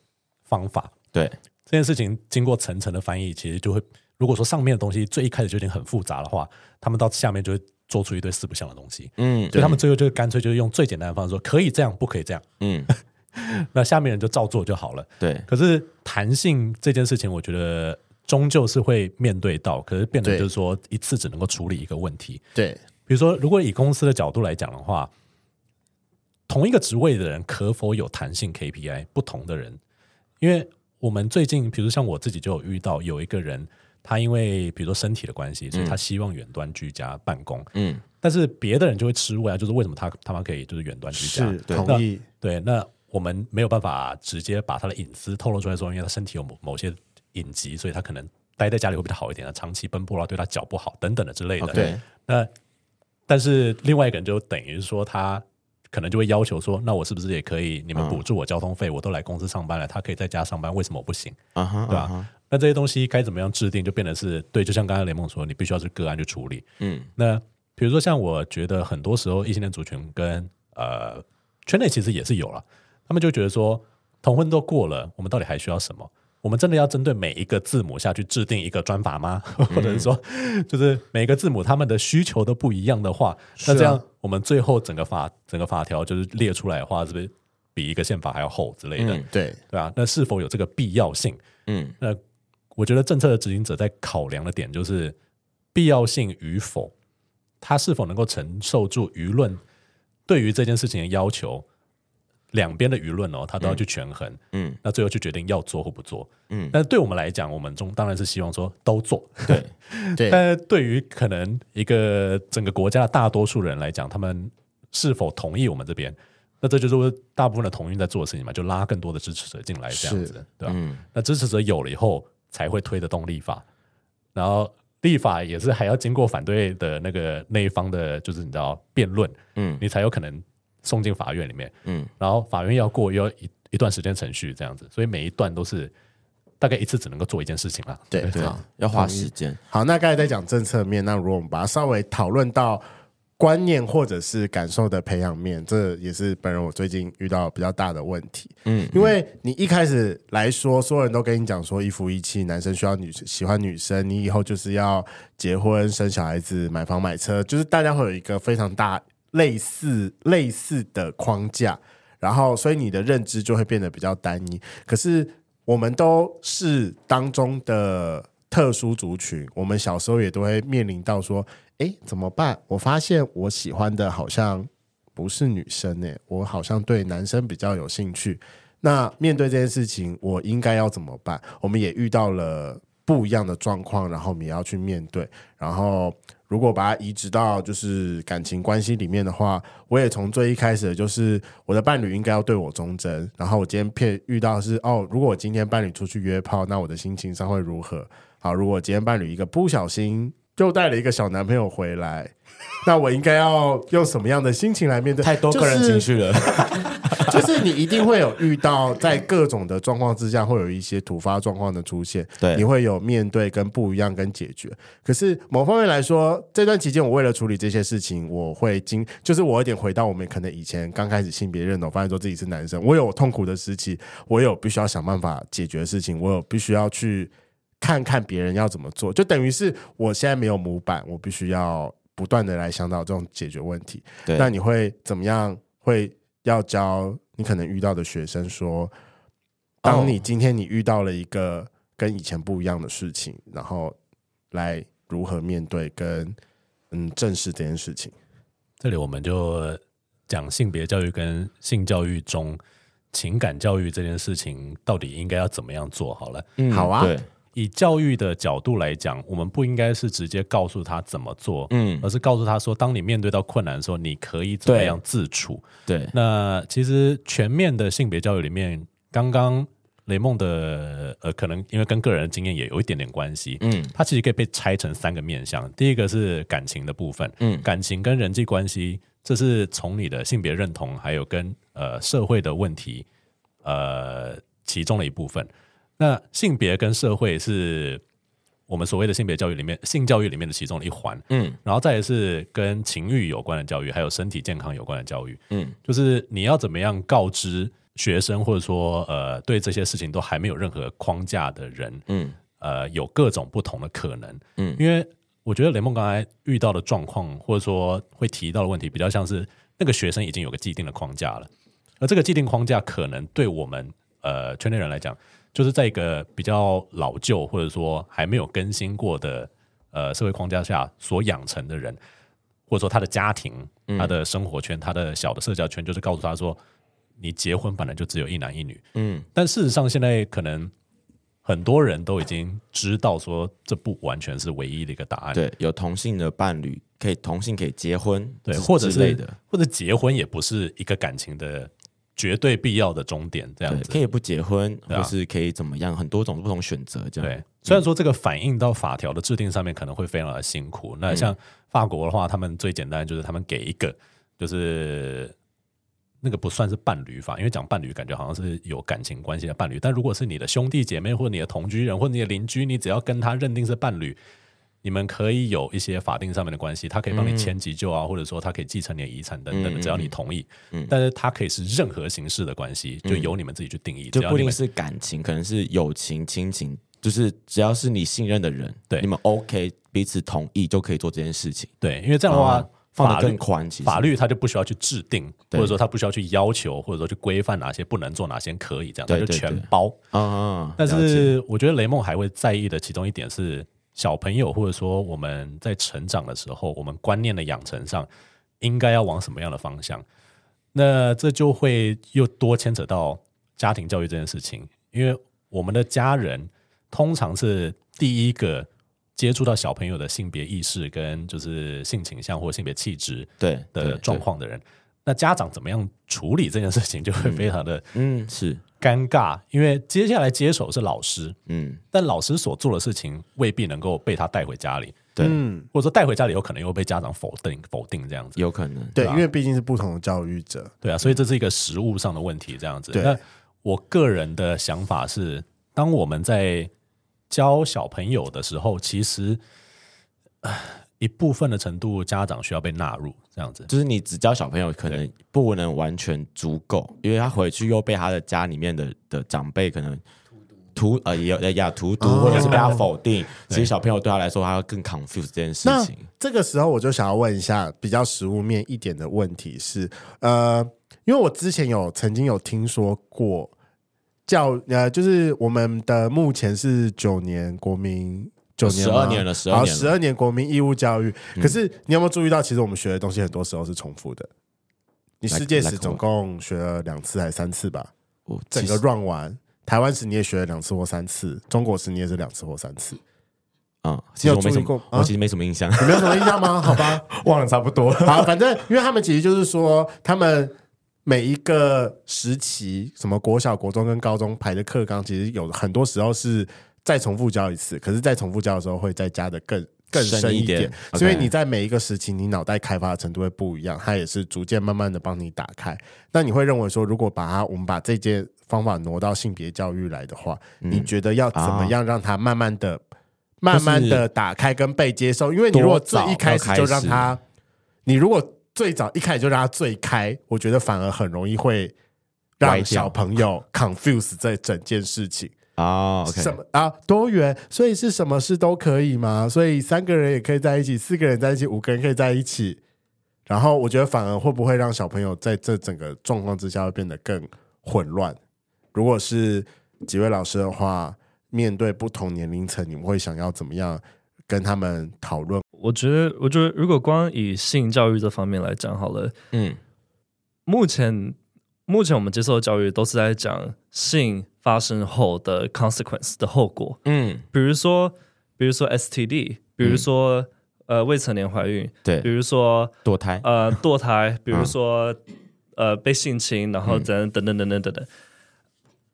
方法。对，这件事情经过层层的翻译，其实就会，如果说上面的东西最一开始就已经很复杂的话，他们到下面就会做出一堆四不像的东西。嗯所以他们最后就干脆就是用最简单的方式说，可以这样，不可以这样，嗯， 那下面人就照做就好了。对，可是弹性这件事情，我觉得终究是会面对到，可是变得对就是说一次只能够处理一个问题。对，比如说，如果以公司的角度来讲的话，同一个职位的人可否有弹性 KPI？不同的人，因为我们最近，比如像我自己就有遇到有一个人，他因为比如说身体的关系，所以他希望远端居家办公，嗯，但是别的人就会吃味啊，就是为什么他他妈可以就是远端居家是？同意。对，那我们没有办法直接把他的隐私透露出来说，因为他身体有某某些隐疾，所以他可能待在家里会比较好一点，他长期奔波啊，对他脚不好等等的之类的。对，那但是另外一个人就等于说他可能就会要求说，那我是不是也可以你们嗯补助我交通费？我都来公司上班了，他可以在家上班，为什么我不行？啊哈，对吧、那这些东西该怎么样制定，就变得是对，就像刚才雷梦说，你必须要是个案去处理。嗯，那比如说像我觉得很多时候异性恋族群跟呃圈内其实也是有了，他们就觉得说同婚都过了，我们到底还需要什么？我们真的要针对每一个字母下去制定一个专法吗？ 或者是说，嗯就是每一个字母他们的需求都不一样的话，啊那这样我们最后整个法整个法条就是列出来的话，是不是比一个宪法还要厚之类的？嗯对，对啊，那是否有这个必要性？嗯，那我觉得政策的执行者在考量的点就是必要性与否，他是否能够承受住舆论对于这件事情的要求，两边的舆论哦，他都要去权衡，嗯嗯那最后去决定要做或不做，嗯但是对我们来讲，我们中当然是希望说都做， 对，对但是对于可能一个整个国家的大多数人来讲，他们是否同意我们这边？那这就是大部分的同运在做的事情嘛，就拉更多的支持者进来，这样是子，对吧？啊嗯那支持者有了以后，才会推得动立法，然后立法也是还要经过反对的那个那一方的，就是你知道辩论，嗯你才有可能送进法院里面，嗯然后法院要过又要一一段时间程序这样子，所以每一段都是大概一次只能够做一件事情啦。对对好，要花时间，好，那刚才在讲政策面，那如果我们把它稍微讨论到观念或者是感受的培养面，这也是本人我最近遇到比较大的问题。嗯，因为你一开始来说，所有人都跟你讲说一夫一妻，男生需要女喜欢女生，你以后就是要结婚、生小孩子、买房买车，就是大家会有一个非常大类似类似的框架，然后所以你的认知就会变得比较单一。可是我们都是当中的特殊族群，我们小时候也都会面临到说，哎，怎么办？我发现我喜欢的好像不是女生呢、我好像对男生比较有兴趣。那面对这件事情，我应该要怎么办？我们也遇到了不一样的状况，然后我们也要去面对。然后，如果把它移植到就是感情关系里面的话，我也从最一开始的就是我的伴侣应该要对我忠贞。然后我今天骗遇到的是哦，如果我今天伴侣出去约炮，那我的心情上会如何？好，如果我今天伴侣一个不小心又带了一个小男朋友回来，那我应该要用什么样的心情来面对？太多个人就是情绪了，就是你一定会有遇到，在各种的状况之下，会有一些突发状况的出现，对你会有面对跟不一样跟解决。可是某方面来说，这段期间我为了处理这些事情，我会经，就是我有点回到我们可能以前刚开始性别认同，发现说自己是男生，我有痛苦的时期，我有必须要想办法解决的事情，我有必须要去看看别人要怎么做，就等于是我现在没有模板，我必须要不断的来想到这种解决问题。对那你会怎么样？会要教你可能遇到的学生说，当你今天你遇到了一个跟以前不一样的事情，然后来如何面对跟嗯正视这件事情。这里我们就讲性别教育跟性教育中情感教育这件事情到底应该要怎么样做好了。嗯好啊对，以教育的角度来讲，我们不应该是直接告诉他怎么做，嗯，而是告诉他说，当你面对到困难的时候，你可以怎么样自处。对，那其实全面的性别教育里面，刚刚雷梦的呃，可能因为跟个人的经验也有一点点关系，嗯它其实可以被拆成三个面向。第一个是感情的部分，嗯感情跟人际关系，这是从你的性别认同，还有跟呃社会的问题，呃其中的一部分。那性别跟社会是我们所谓的性别教育里面性教育里面的其中的一环，嗯然后再来是跟情欲有关的教育，还有身体健康有关的教育，嗯就是你要怎么样告知学生，或者说呃对这些事情都还没有任何框架的人，嗯呃有各种不同的可能。嗯嗯，因为我觉得雷梦刚才遇到的状况，或者说会提到的问题，比较像是那个学生已经有个既定的框架了，而这个既定框架可能对我们呃圈内人来讲，就是在一个比较老旧或者说还没有更新过的呃社会框架下所养成的人，或者说他的家庭、嗯他的生活圈、他的小的社交圈，就是告诉他说。你结婚本来就只有一男一女，嗯但事实上，现在可能很多人都已经知道说，这不完全是唯一的一个答案。对，有同性的伴侣，可以同性可以结婚，对，之或者之类是的，或者结婚也不是一个感情的绝对必要的终点，这样对，子。可以不结婚，对啊或是可以怎么样，很多种不同选择这样对。，嗯虽然说这个反映到法条的制定上面可能会非常的辛苦。嗯那像法国的话，他们最简单就是他们给一个，就是那个不算是伴侣法，因为讲伴侣感觉好像是有感情关系的伴侣，但如果是你的兄弟姐妹或者你的同居人或者你的邻居，你只要跟他认定是伴侣。你们可以有一些法定上面的关系，他可以帮你签急救啊，或者说他可以继承你的遗产等嗯等嗯嗯的，只要你同意。嗯但是他可以是任何形式的关系，就由你们自己去定义，就只要不一你定们是感情，可能是友情、亲情，就是只要是你信任的人，对你们 OK，彼此同意就可以做这件事情。对，因为这样的话，哦放法得律更宽，其实法律它就不需要去制定，对或者说它不需要去要求，或者说去规范哪些不能做，哪些可以，这样它对就对全对包。啊，但了解是我觉得雷梦还会在意的其中一点是，小朋友或者说我们在成长的时候，我们观念的养成上应该要往什么样的方向？那这就会又多牵扯到家庭教育这件事情，因为我们的家人通常是第一个接触到小朋友的性别意识跟就是性倾向或性别气质对对的对状况的人。那家长怎么样处理这件事情，就会非常的嗯是尴尬，因为接下来接手是老师，嗯但老师所做的事情未必能够被他带回家里，对，嗯，或者说带回家里有可能又被家长否定否定这样子。有可能对，对啊因为毕竟是不同的教育者，对啊，所以这是一个实物上的问题，这样子。对那我个人的想法是，当我们在教小朋友的时候，其实唉一部分的程度家长需要被纳入这样子。就是你只教小朋友，可能不能完全足够，因为他回去又被他的家里面的的长辈可能荼呃也有呃呀荼哦毒，或者是 被他否定。其实小朋友对他来说，他要更 confuse 这件事那情。这个时候我就想要问一下比较实物面一点的问题是，呃，因为我之前有曾经有听说过教呃，就是我们的目前是九年国民。九年吗12年了12好年了嗯十二年国民义务教育。可是你有没有注意到，其实我们学的东西很多时候是重复的。你世界 Like- 史 like 总共学了两次还是三次吧？我整其个实 run 完，台湾史你也学了两次或三次，中国史你也是两次或三次。嗯，其实我你有没注什意过么啊，我其实没什么印象，你没有什么印象 吗？好吧，忘了差不多。好，反正因为他们其实就是说，他们每一个时期，什么国小、国中跟高中排的课纲，其实有很多时候是再重复教一次，可是再重复教的时候会再加的更。更深深一一点点，，OK 所以你在每一个时期，你脑袋开发的程度会不一样，它也是逐渐慢慢的帮你打开。那你会认为说，如果把它我们把这些方法挪到性别教育来的话，嗯你觉得要怎么啊样让它慢慢的、慢慢的打开跟被接受？因为你如果最一开始就让它，你如果最早一开始就让它最开，我觉得反而很容易会歪让掉小朋友 confuse 这整件事情。啊，OK，什么啊？多元，所以是什么事都可以吗？所以三个人也可以在一起，四个人在一起，五个人可以在一起。然后我觉得反而会不会让小朋友在这整个状况之下会变得更混乱？如果是几位老师的话，面对不同年龄层，你们会想要怎么样跟他们讨论？我觉得，我觉得如果光以性教育这方面来讲好了，嗯，目前目前我们接受的教育都是在讲性发生后的 consequence 的后果，嗯，比如说，比如说 STD，比如说、呃未成年怀孕，比对，如说堕胎， 呃堕胎，比如说、嗯呃被性侵，然后等等等等等等等。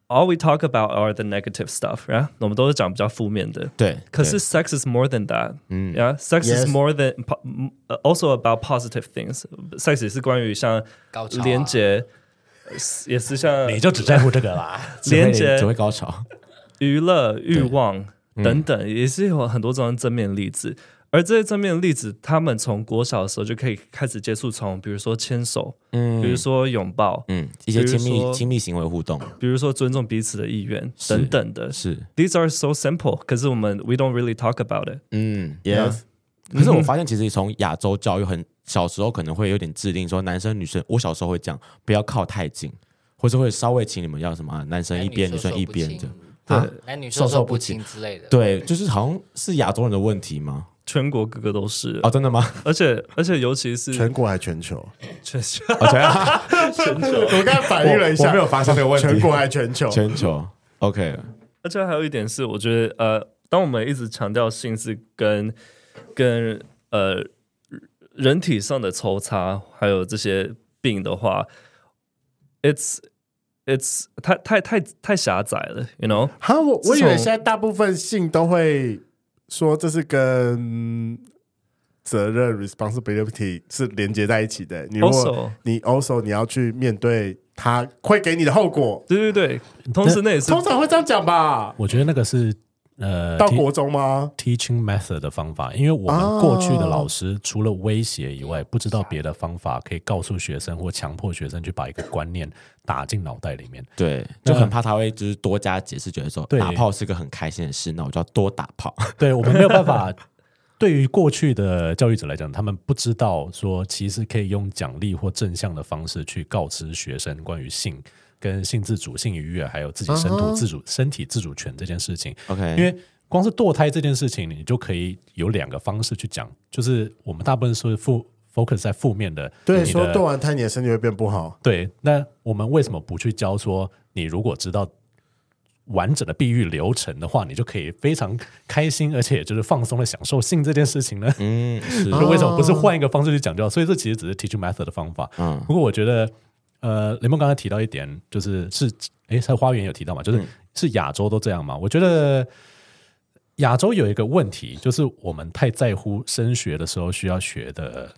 All we talk about are the negative stuff, right？我们都是讲比较负面的。对，可是 sex is more than that. 嗯 Yeah, sex Yes. is more than po- m- uh, also about positive things. Sex 也是关于像高潮啊连接，呃也是像呃你就只在乎这个啦。 只会连接只会高潮，娱乐欲望等等，也是有很多种正面例子。而这些正面例子，他们从国小的时候就可以开始接触，从比如说牵手，嗯比如说拥抱，嗯，一些亲比如密说亲密行为互动比如说尊重彼此的意愿等等的。是， These are so simple，可是我们 we don't really talk about it。嗯， Yes， 可是我发现，其实从亚洲教育很小时候可能会有点制定说，男生女生，我小时候会讲不要靠太近，或是会稍微请你们要什么、啊、男生一边，女哎生一边的。对啊，男哎女授授受受不不亲亲之类的。对，就是好像是亚洲人的问题吗？全国各个都是，哦，真的 吗？而且而且尤其是全国还全球？全全 哦，全 我刚才反应了一下，我我没有发现这个问题全国还全哦球？全球，OK，而且还有一点是，我觉得呃，当我们一直强调性是跟跟呃人体上的抽插，还有这些病的话，it's it's 太太太太狭窄了，you know？哈，我自从我以为现在大部分性都会说这是跟责任 responsibility 是连接在一起的。你如果 Also 你 also 你要去面对它会给你的后果，对对对，同时那也是通常会这样讲吧？我觉得那个是呃，到 te- 国中吗？ teaching method 的方法，因为我们过去的老师除了威胁以外，不知道别的方法可以告诉学生或强迫学生去把一个观念打进脑袋里面。对，就很怕他会就是多加解释，觉得说对打炮是个很开心的事，那我就要多打 炮。对我们没有办法。对于过去的教育者来讲，他们不知道说，其实可以用奖励或正向的方式去告知学生关于性、跟性自主、性愉悦，还有自己身体自主、身体自主权这件事情。 OK，因为光是堕胎这件事情，你就可以有两个方式去讲，就是我们大部分是负 focus 在负面的，对，你的说堕完胎你的身体会变不好。对。那我们为什么不去教说，你如果知道完整的避孕流程的话，你就可以非常开心，而且就是放松的享受性这件事情呢？嗯是就为什么不 是换一个方式去讲就好？所以这其实只是 teaching method 的方法。嗯不过我觉得，呃，雷蒙刚才提到一点，就是是，诶，在花园有提到嘛，就是、嗯是亚洲都这样嘛？我觉得亚洲有一个问题，就是我们太在乎升学的时候需要学的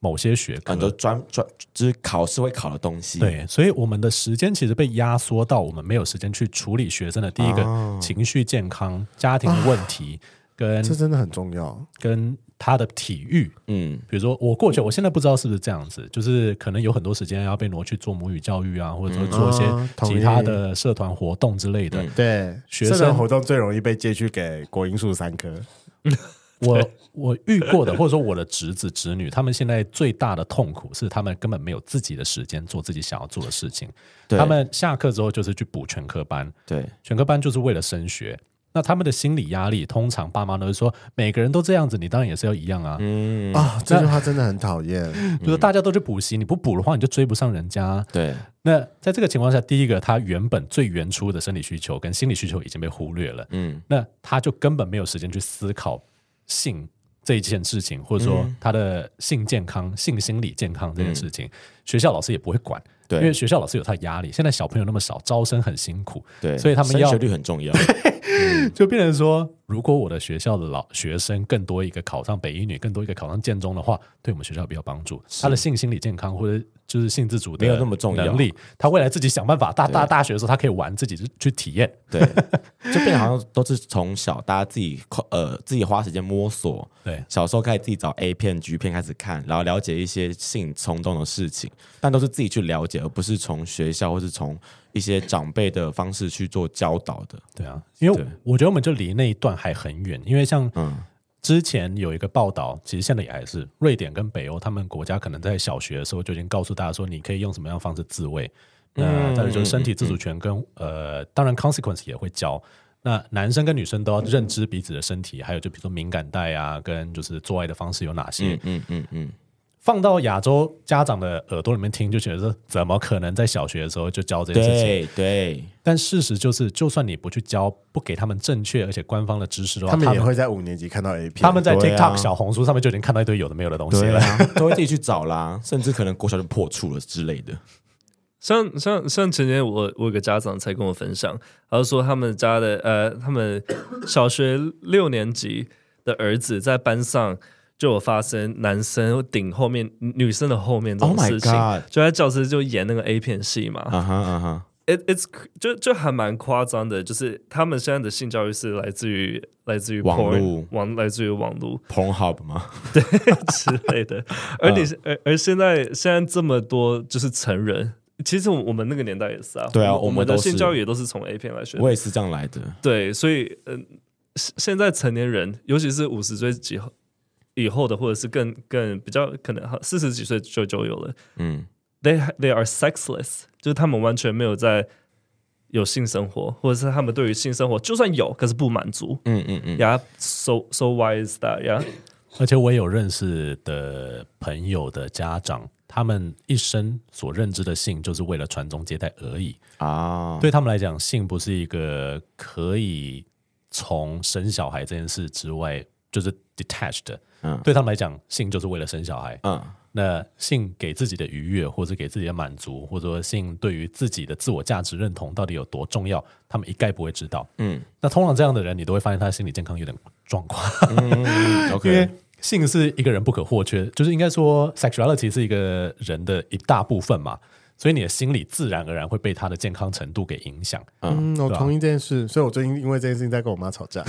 某些学科很，多专专就是考试会考的东西。对，所以我们的时间其实被压缩到我们没有时间去处理学生的第一个情绪健康、家庭的问题，跟啊这真的很重要，跟他的体育。嗯，比如说我过去，我现在不知道是不是这样子，就是可能有很多时间要被挪去做母语教育啊，或者说做一啊些同其他意嗯的社团活动之类的。对学生社团活动最容易被借去给国英数三科。我我遇过的，或者说我的侄子侄女，他们现在最大的痛苦是，他们根本没有自己的时间做自己想要做的事情。对他们下课之后就是去补全科班，对，选科班就是为了升学。那他们的心理压力，通常爸妈都是说，每个人都这样子，你当然也是要一样啊。嗯啊，这句话真的很讨厌。就是大家都去补习，你不补的话，你就追不上人家啊、对，那在这个情况下，第一个，他原本最原初的生理需求跟心理需求已经被忽略了，嗯那他就根本没有时间去思考性这一件事情，或者说他的性健康、性心理健康这件事情，学校老师也不会管，对因为学校老师有他的压力。现在小朋友那么少，招生很辛苦，对，所以他们升要学率很重要。就变成说，如果我的学校的老学生更多一个考上北一女，更多一个考上建中的话，对我们学校比较帮助。他的性心理健康或者就是性自主的没有那么重要能力，他未来自己想办法。大大对大学的时候，他可以玩自己去去体验。对，就变得好像都是从小大家自己呃自己花时间摸索，对小时候开始自己找 A 片、G 片开始看，然后了解一些性冲动的事情，但都是自己去了解，而不是从学校或是从一些长辈的方式去做教导的。对啊，因为对我觉得我们就离那一段还很远，因为像嗯之前有一个报道，其实现在也还是瑞典跟北欧他们国家可能在小学的时候就已经告诉大家说，你可以用什么样的方式自慰。那嗯再来就是身体自主权跟呃，当然 consequence 也会教。那男生跟女生都要认知彼此的身体，还有就比如说敏感带啊，跟就是做爱的方式有哪些。嗯嗯嗯嗯，放到亚洲家长的耳朵里面听，就觉得说怎么可能在小学的时候就教这件事情？对啊对，但事实就是，就算你不去教，不给他们正确而且官方的知识的话，他啊他们也们会在五年级看到 A 片，他们在对啊 TikTok、小红书上面就已经看到一堆有的没有的东西对了。啊，都会自己去找啦，甚至可能国小就破处了之类的。像像像前年我我有个家长才跟我分享，他就说他们家的呃，他们小学六年级的儿子在班上就有发生男生顶后面女生的后面这 Oh 种 my 事情 God 就在教室就演那个 A 片戏嘛。 啊哈啊哈， It it's 就就还蛮夸张的，就是他们现在的性教育是来自于来自于网 porn，络网来自于网络 porn hub 吗？ 之 类的。而嗯你而而现在现在这么多就是成人，其实我们那个年代也是啊，对啊我们我我们们的都是性教育也都是从 A 片来学的我也是这样来的。对，所以嗯、现现在成年人，尤其是五十岁以后以后的，或者是更更比较可能四十几岁就就有了嗯， ，they they are sexless，就是他们完全没有在有性生活，或者是他们对于性生活就算有，可是不满足。嗯嗯嗯， Yeah, so so why is that? Yeah， 而且我也有认识的朋友的家长，他们一生所认知的性就是为了传宗接代而已。啊，对他们来讲，性不是一个可以从生小孩这件事之外就是 detached 的。嗯对他们来讲，性就是为了生小孩。嗯那性给自己的愉悦，或者给自己的满足，或者说性对于自己的自我价值认同到底有多重要，他们一概不会知道。嗯那通常这样的人，你都会发现他的心理健康有点状况。嗯因为，OK，性是一个人不可或缺，就是应该说 sexuality 是一个人的一大部分嘛，所以你的心理自然而然会被他的健康程度给影响。嗯，我对啊同意这件事，所以我最近因为这件事情在跟我妈吵架。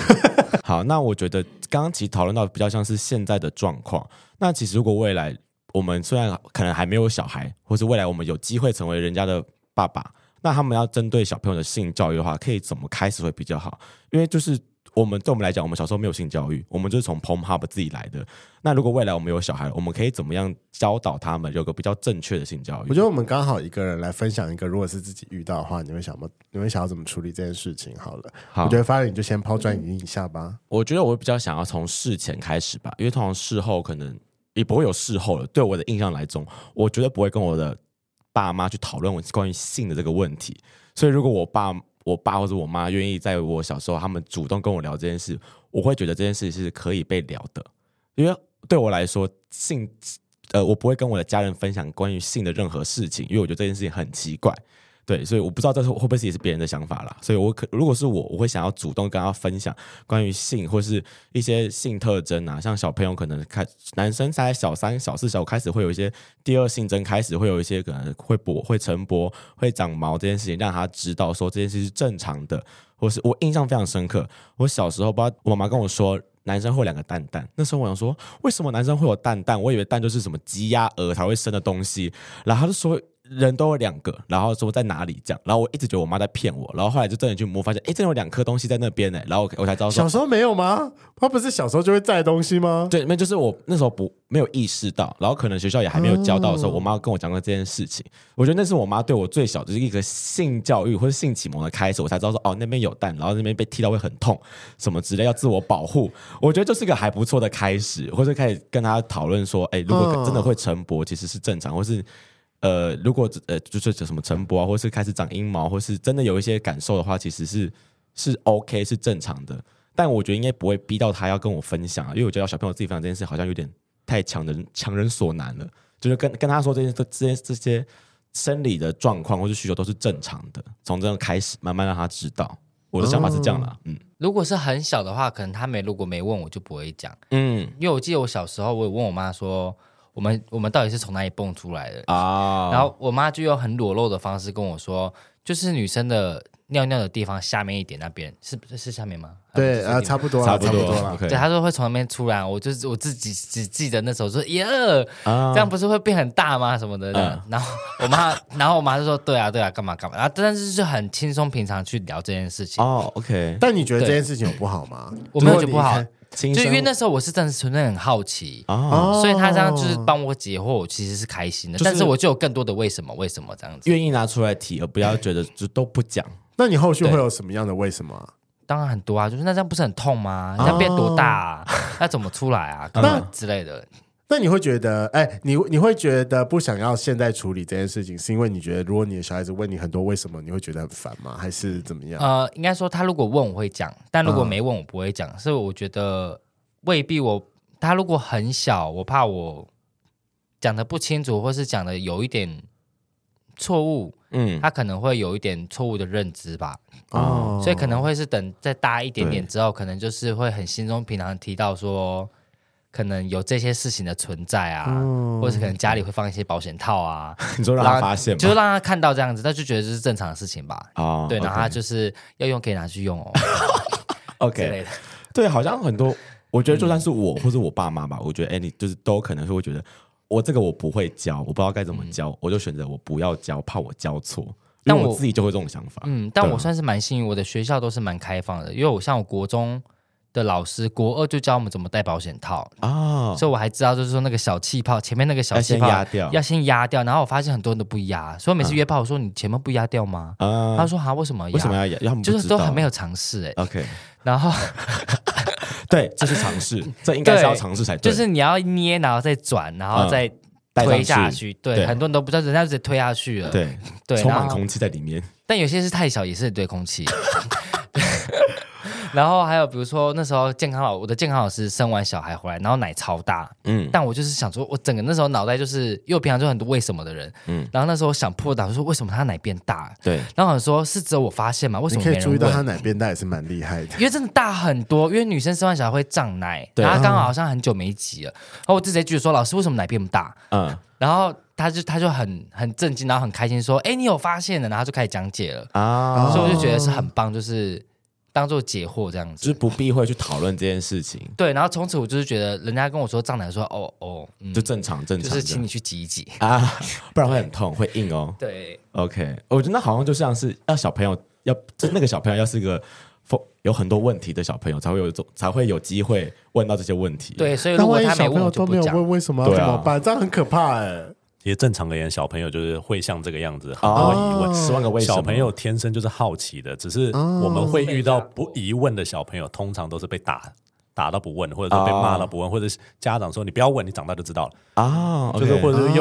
好，那我觉得刚刚其实讨论到比较像是现在的状况。那其实如果未来我们虽然可能还没有小孩，或是未来我们有机会成为人家的爸爸，那他们要针对小朋友的性教育的话，可以怎么开始会比较好？因为就是我们对我们来讲，我们小时候没有性教育，我们就是从 p o m Hub 自己来的。那如果未来我们有小孩，我们可以怎么样教导他们有个比较正确的性教育？我觉得我们刚好一个人来分享一个，如果是自己遇到的话，你会想要你会想要怎么处理这件事情？好了，好我觉得发现你就先抛砖引玉一下吧。我觉得我比较想要从事前开始吧，因为通常事后可能也不会有事后了。对我的印象来中，我绝对不会跟我的爸妈去讨论我关于性的这个问题。所以如果我爸、我爸或者我妈愿意在我小时候他们主动跟我聊这件事，我会觉得这件事是可以被聊的，因为对我来说性。呃，我不会跟我的家人分享关于性的任何事情，因为我觉得这件事情很奇怪。对，所以我不知道这是会不会是也是别人的想法啦。所以我可如果是我，我会想要主动跟他分享关于性或是一些性特征啊，像小朋友可能开男生在小三、小四、小五开始会有一些第二性征，开始会有一些可能会勃、会晨勃、会长毛这件事情，让他知道说这件事是正常的。或是我印象非常深刻，我小时候不知道我妈妈跟我说。男生会有两个蛋蛋，那时候我想说，为什么男生会有蛋蛋？我以为蛋就是什么鸡鸭鹅才会生的东西，然后他就说人都有两个，然后说在哪里这样，然后我一直觉得我妈在骗我，然后后来就真的去摸，发现哎，真的有两颗东西在那边呢，然后我我才知道说小时候没有吗？他不是小时候就会载东西吗？对，那就是我那时候不没有意识到，然后可能学校也还没有教到的时候，我妈跟我讲过这件事情。我觉得那是我妈对我最小就是一个性教育或者性启蒙的开始，我才知道说哦那边有蛋，然后那边被踢到会很痛，什么之类要自我保护。我觉得这是个还不错的开始，或者开始跟她讨论说，哎，如果嗯真的会晨勃，其实是正常，或是。呃，如果呃就是什么晨勃啊，或是开始长阴毛，或是真的有一些感受的话，其实是是 OK 是正常的。但我觉得应该不会逼到他要跟我分享啊，因为我觉得要小朋友自己分享这件事好像有点太强人强人所难了。就是跟跟他说这些这这些这些生理的状况或是需求都是正常的，从这样开始慢慢让他知道。我的想法是这样啦，嗯如果是很小的话，可能他没如果没问我就不会讲，嗯因为我记得我小时候我有问我妈说，我们我们到底是从哪里蹦出来的？啊，然后我妈就用很裸露的方式跟我说，就是女生的尿尿的地方下面一点那边是是下面吗？对，啊啊，不是这差不多啦，差个地方不差不多多啊了。 OK 对，她说会从那边出来，我就是我自己只记得那时候说耶，啊这样不是会变很大吗？什么的。嗯 然后我妈，然后我妈就说对啊对啊，干嘛干嘛。然后但是就是很轻松平常去聊这件事情，哦，OK，但你觉得这件事情有不好吗？我没如果有觉得不好你看亲就因为生那时候我是真的纯粹很好奇。啊，哦嗯所以她这样就是帮我解惑，我其实是开心的，哦就是但是我就有更多的为什么为什么这样子。愿意拿出来提，而不要觉得就都不讲。那你后续会有什么样的为什么啊？当然很多啊，就是那这样不是很痛吗？那变多大啊？哦那怎么出来 啊？干嘛之类的？那你会觉得，哎、你你会觉得不想要现在处理这件事情，是因为你觉得如果你的小孩子问你很多为什么，你会觉得很烦吗？还是怎么样？呃，应该说他如果问我会讲，但如果没问我不会嗯讲，所以我觉得未必我他如果很小，我怕我讲的不清楚，或是讲的有一点错误，嗯，他可能会有一点错误的认知吧，哦，所以可能会是等再大一点点对之后，可能就是会很心中平常提到说。可能有这些事情的存在啊，嗯或者可能家里会放一些保险套啊，你说让他发现就是吗？让他看到这样子，他就觉得这是正常的事情吧。啊对，然后他就是要用可以拿去用哦之 OK，类的。嗯对，好像很多，我觉得就算是我或是我爸妈吧，我觉得 any 就是都可能是会觉得我这个我不会教，我不知道该怎么教，我就选择我不要教，怕我教错，因嗯但为我我自己就会这种想法。嗯，但对我算是蛮幸运，我的学校都是蛮开放的，因为我像我国中的老师，国二就教我们怎么戴保险套，啊，所以我还知道就是说那个小气泡前面那个小要气先泡压掉嗯要先压掉，然后我发现很多人都不压，所以我每次约炮我说你前面不压掉吗？啊他，说哈为什么压？为什么要演？他们不就是知都道很没有尝试哎， OK， 然后对，这是尝 试，这应该是对要尝试才对。就是你要捏，然后再转，然后嗯再带上推下去去。对，对很多人都不知道，人家直接推下去了。对，对，充然满后空气在里面。但有些是太小，也是很对空气。 然后还有比如说那时候健康老我的健康老师生完小孩回来，然后奶超大，嗯，但我就是想说，我整个那时候脑袋就是，因为我平常就很多为什么的人，嗯嗯，然后那时候我想破胆，我说为什么他奶变大？对，然后我想说是只有我发现吗？为什哦你么可没以人注意到他问？奶变大也是蛮厉害的。 因为真的大很多，因为女生生完小孩会胀奶，对然后她刚好好像很久没挤了，然后我就直接举手说老师为什么奶变不大？嗯然后他就他就很很震惊，然后很开心说：“哎，你有发现了！”然后他就开始讲解了，啊，所以我就觉得是很棒，就是当做解惑这样就是子。不避讳去讨论这件事情，对，然后从此我就是觉得人家跟我说胀奶，说哦哦，嗯，就正常正就常是的。请你去挤一挤。啊，不然会很痛，会硬哦。对， OK，我觉得那好像就像是要小朋友要，就那个小朋友要是一个疯有很多问题的小朋友，才会有一种才会有机会问到这些问题。，对，所以那如果万一他没小朋问，友我都就没不有讲。问为什么要对怎啊么办，这样很可怕哎、其实正常而言，小朋友就是会像这个样子，很多疑问。哦十万个为什么。哦小朋友天生就是好奇的，只是我们会遇到不疑问的小朋友，通常都是被打打到不问，或者说被骂到不问，或者是家长说你不要问，你长大就知道了。啊，就是或者者是哦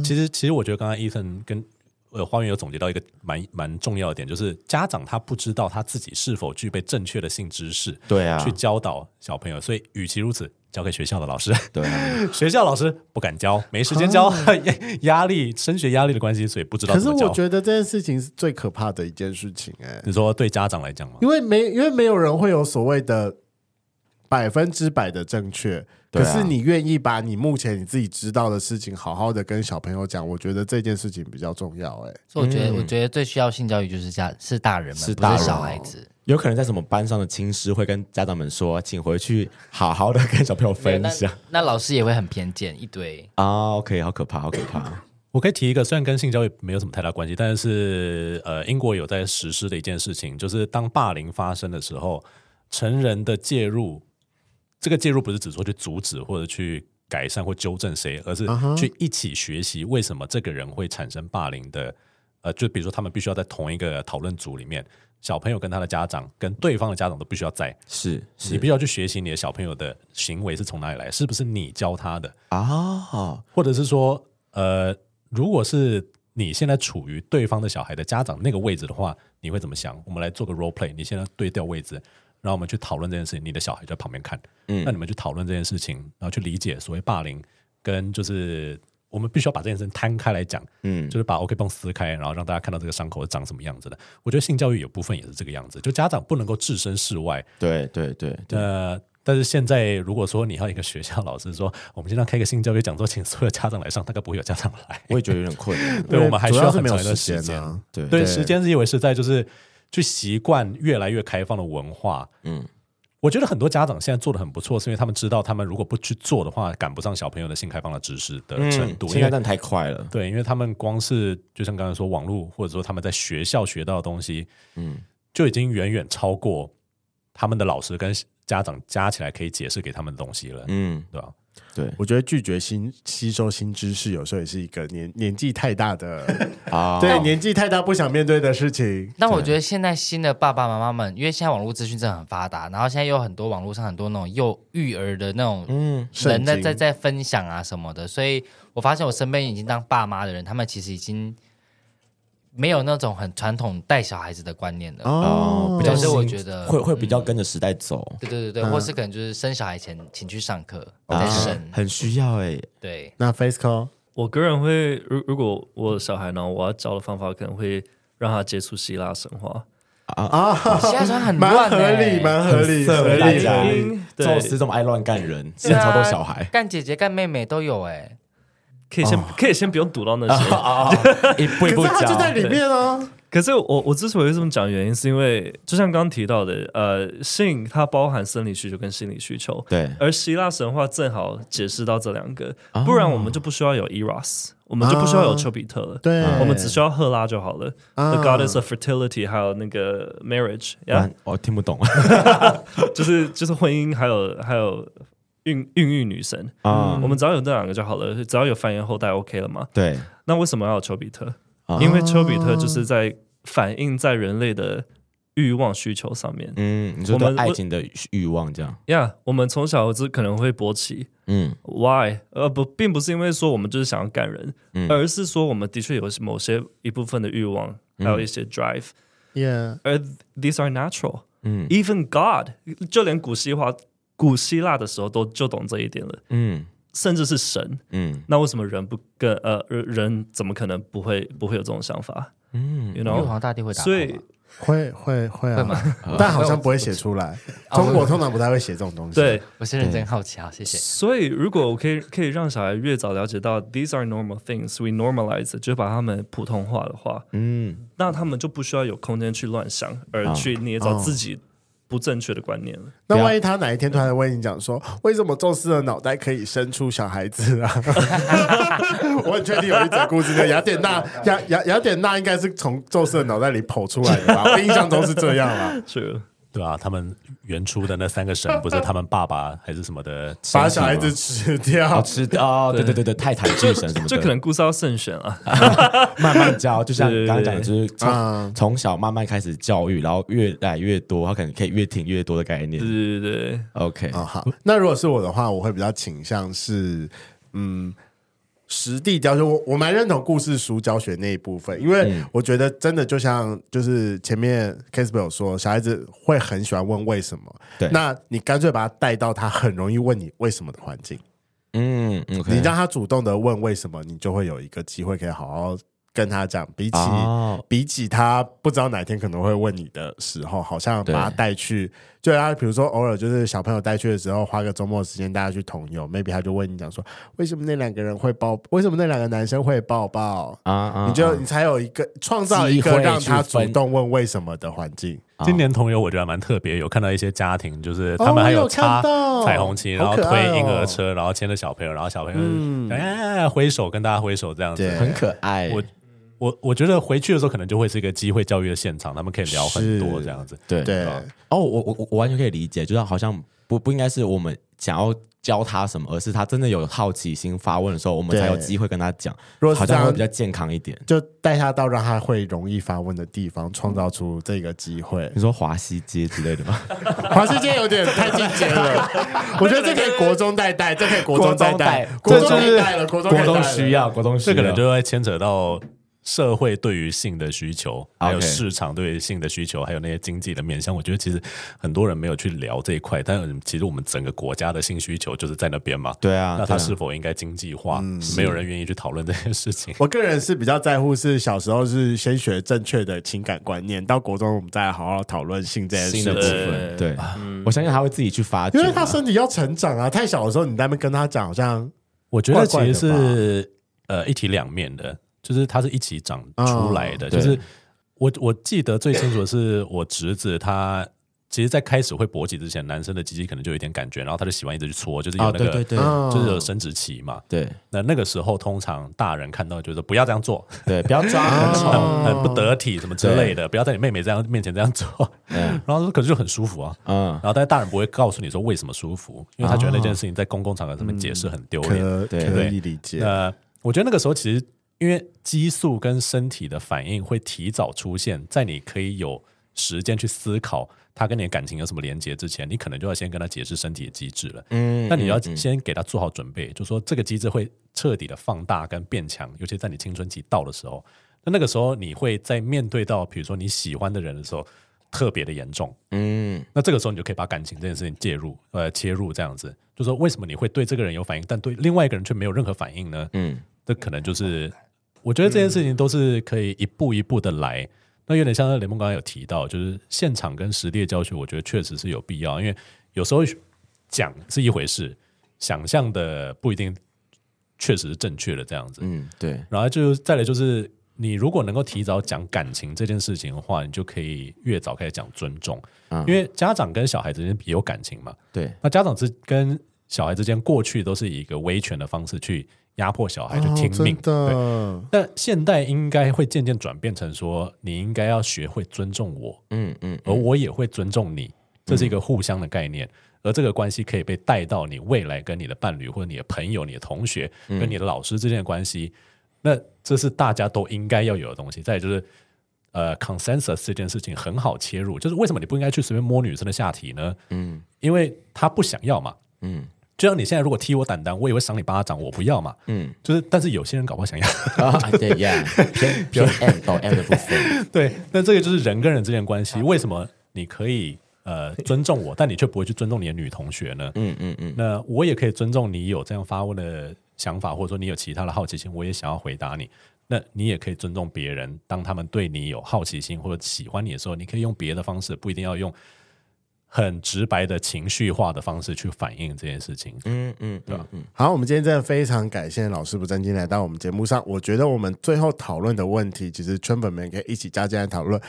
用，其实其实我觉得刚刚伊森跟呃花园有总结到一个蛮蛮重要的点，就是家长他不知道他自己是否具备正确的性知识，对啊去教导小朋友，所以与其如此。交给学校的老师，对啊， 学校老师不敢教，没时间教， 压力升学压力的关系，所以不知道可怎是么教。我觉得这件事情是最可怕的一件事情哎、你说对家长来讲吗？因为没因为没有人会有所谓的百分之百的正确。对可啊是你愿意把你目前你自己知道的事情好好的跟小朋友讲，我觉得这件事情比较重要、哎，所以我觉得，嗯我觉得最需要性教育就是家是大人们，是不大是人小孩子。有可能在什么班上的亲师会跟家长们说，请回去好好的跟小朋友分那享那老师也会很偏见一堆。啊。OK，好可怕，好可怕。我可以提一个，虽然跟性教育没有什么太大关系，但是呃，英国有在实施的一件事情，就是当霸凌发生的时候，成人的介入，这个介入不是只说去阻止或者去改善或纠正谁，而是去一起学习为什么这个人会产生霸凌的。呃，就比如说他们必须要在同一个讨论组里面，小朋友跟他的家长跟对方的家长都必须要在，是你是必须要去学习你的小朋友的行为是从哪里来，是不是你教他的？啊，或者是说，呃，如果是你现在处于对方的小孩的家长那个位置的话，你会怎么想？我们来做个 role play，你现在对调位置，然后我们去讨论这件事情。你的小孩就在旁边看，嗯那你们去讨论这件事情，然后去理解所谓霸凌跟就是。我们必须要把这件事情摊开来讲，嗯就是把 OK 绷撕开，然后让大家看到这个伤口是长什么样子的。我觉得性教育有部分也是这个样子，就家长不能够置身事外，对对对对，呃，但是现在如果说你要一个学校老师说，我们今天开个性教育讲座，请所有家长来上，大概不会有家长来。我也觉得有点困难。对，我们还需主要是很没有长一段时间间。啊。对 对，对时间是一回事，在就是去习惯越来越开放的文化。嗯嗯，我觉得很多家长现在做的很不错，是因为他们知道，他们如果不去做的话，赶不上小朋友的性开放的知识的程度。嗯现在因为真的太快了。对，因为他们光是就像刚才说网络，或者说他们在学校学到的东西，嗯嗯，就已经远远超过他们的老师跟家长加起来可以解释给他们的东西了，嗯，对吧？对我觉得拒绝新吸收新知识，有时候也是一个年年纪太大 的，啊，对年纪太大不想面对的事情。但我觉得现在新的爸爸妈妈们，因为现在网络资讯真的很发达，然后现在有很多网络上很多那种幼育儿的那种嗯，圣人在经在在分享啊什么的，所以我发现我身边已经当爸妈的人，他们其实已经没有那种很传统带小孩子的观念了。哦，比较嗯就是我新觉得会会比较跟着时代走，对对对对，或是可能就是生小孩前请去上课再啊生，很需要哎，对，那 Face Call 我个人会，如如果我有小孩呢，我要教的方法可能会让他接触希腊神话，现在算很蛮乱合欸理，蛮合理，很色合大理，家合理。对宙斯这么爱乱干人，现对在啊，超多小孩干姐姐干妹妹都有哎，可以先、可以先不用读到那些。哦啊， 一步一可步是他就教，在里面哦，可是我我之所以这么讲，原因是因为就像刚刚提到的，呃，性它包含生理需求跟心理需求，对而希腊神话正好解释到这两个，哦不然我们就不需要有 Eros，我们就不需要有丘比特了。对，我们只需要赫拉就好了、啊 t h e goddess 哦 of fertility，还有那个 marriage，不呀、然我听不懂 就是就是婚姻，还有还有孕孕育女神、啊，我们只要有这两个就好了，只要有繁衍后代 OK 了嘛？对，那为什么要有丘比特？啊因为丘比特就是在反映在人类的欲望需求上面。嗯，你说我对们爱情的欲望这样，呀、我们从小就可能会勃起嗯，why？呃，不，并不是因为说我们就是想要干人，嗯而是说我们的确有某些一部分的欲望，还嗯有一些 drive，、 Yeah，而 these are natural。嗯 Even God，就连古希腊、古希腊的时候都就懂这一点了，嗯甚至是神。嗯那为什么人不跟呃人怎么可能不会不会有这种想法嗯， ？You 玉 know，皇大帝会打炮所以吗？会会会会 啊，吗？但好像不会写出来。中国通常不太会写这种东西。对，我是认真好奇，好谢谢。所以如果我可以可以让小孩越早了解到 these are normal things，we normalize，it，就把他们普通话的话，嗯，啊那他们就不需要有空间去乱想，而去捏造自己不正确的观念了。那万一他哪一天突然问你讲说，为什么宙斯的脑袋可以生出小孩子啊？ 我很确定有一则故事，那雅典娜雅雅雅典娜应该是从宙斯的脑袋里跑出来的吧？我印象中是这样啦。，嗯是，对啊，他们原初的那三个神不是他们爸爸还是什么的把小孩子吃好掉，吃的哦，对对对对，泰坦巨神 什么的，就可能故事要慎选啊。慢慢教， 就像刚刚讲的，就是啊从从小慢慢开始教育，然后越来越多，他可能可以越听越多的概念对。对对对， OK，哦，好，那如果是我的话，我会比较倾向是，嗯，实地教学。我我蛮认同故事书教学那一部分，因为我觉得真的就像就是前面 Casper 有说，小孩子会很喜欢问为什么。对那你干脆把他带到他很容易问你为什么的环境，嗯，OK，你让他主动的问为什么，你就会有一个机会可以好好跟他讲。比起、哦，比起他不知道哪天可能会问你的时候，好像把他对带去，就让他比如说偶尔就是小朋友带去的时候，花个周末的时间大家去同游，maybe 他就问你讲说，为什么那两个人会抱，为什么那两个男生会抱抱？啊啊，你就啊你才有一个创造一机个会让去他主分动问为什么的环境。今年同游我觉得蛮特别，有看到一些家庭，就是哦他们还我有看插到彩虹旗，然好后可推爱哦婴儿车，然后牵着小朋友，然后小朋友就哎挥手跟大家挥手这样子。对很可爱。我我我觉得回去的时候可能就会是一个机会教育的现场，他们可以聊很多是这样子。对对哦，我我我我完全可以理解，就是好像不不应该是我们想要教他什么，而是他真的有好奇心发问的时候，我们对才有机会跟他讲，如果是好这像会样比，较健康一点。就带他到让他会容易发问的地方，创造出这个机会。你说华西街之类的吗？华世界有点太进阶了，我觉得这可以国中代带，这可以国中代带，国国中中代代带了，国中代带了需要，国中需这要，可能就会牵扯到社会对于性的需求，还有 OK 市场对于性的需求，还有那些经济的面向。我觉得其实很多人没有去聊这一块，但其实我们整个国家的性需求就是在那边嘛。对啊嗯对那啊它是否应该经济化？没有人愿意去讨论这件事情。我个人是比较在乎是小时候是先学正确的情感观念，到国中我们再好好讨论性这件新事的部情。分。对，啊嗯我相信他会自己去发掘因啦。为他身体要成长啊，太小的时候你在那边跟他讲，好像我觉得其怪怪的实是呃一体两面的，就是它是一起长出来的。嗯就是对我我记得最清楚的是我侄子他其实，在开始会勃起之前，男生的鸡鸡可能就有一点感觉，然后他就喜欢一直去搓，就是有啊，那对个、对对就嗯是有生殖期嘛。对那那个时候，通常大人看到就说不要这样做，对，不要抓很很丑， 很不得体什么之类的，不要在你妹妹这样面前这样做。嗯 然后说可是就很舒服啊。嗯，然后，但是大人不会告诉你说为什么舒服，因为他觉得那件事情在公共场合上面解释很丢脸。可对可以理解。那我觉得那个时候其实因为激素跟身体的反应会提早出现，在你可以有时间去思考它跟你的感情有什么连接之前，你可能就要先跟他解释身体的机制了。嗯那你要嗯先给他做好准备，就说这个机制会彻底的放大跟变强，尤其在你青春期到的时候。那那个时候，你会在面对到比如说你喜欢的人的时候，特别的严重。嗯那这个时候你就可以把感情这件事情介入，呃，切入这样子，就说为什么你会对这个人有反应，但对另外一个人却没有任何反应呢？嗯这可能就是，我觉得这件事情都是可以一步一步的来。那有点像雷蒙刚刚有提到，就是现场跟实地的教学，我觉得确实是有必要，因为有时候讲是一回事，想象的不一定确实是正确的这样子。嗯，对，然后就再来就是，你如果能够提早讲感情这件事情的话，你就可以越早开始讲尊重，嗯因为家长跟小孩之间也有感情嘛。对，那家长之跟小孩之间过去都是以一个威权的方式去压迫小孩，就哦听命。真的，但现代应该会渐渐转变成说，你应该要学会尊重我，嗯嗯而我也会尊重你，这是一个互相的概念。而这个关系可以被带到你未来跟你的伴侣或者你的朋友、你的同学嗯跟你的老师之间的关系，那这是大家都应该要有的东西。再来就是，呃，consensus 这件事情很好切入，就是为什么你不应该去随便摸女生的下体呢？嗯因为她不想要嘛。嗯就像你现在如果踢我胆胆，我也会赏你巴掌，我不要嘛。嗯就是，但是有些人搞不好想要，啊，对呀， 偏偏 M 到 M 的部分，对，那这个就是人跟人之间的关系。为什么你可以呃尊重我，但你却不会去尊重你的女同学呢？嗯嗯嗯那我也可以尊重你有这样发问的想法，或者说你有其他的好奇心，我也想要回答你。那你也可以尊重别人，当他们对你有好奇心或者喜欢你的时候，你可以用别的方式，不一定要用很直白的情绪化的方式去反映这件事情。嗯嗯，对吧？好，我们今天真的非常感谢老师不正经来到我们节目上。我觉得我们最后讨论的问题，其实圈粉们也可以一起加进来讨论。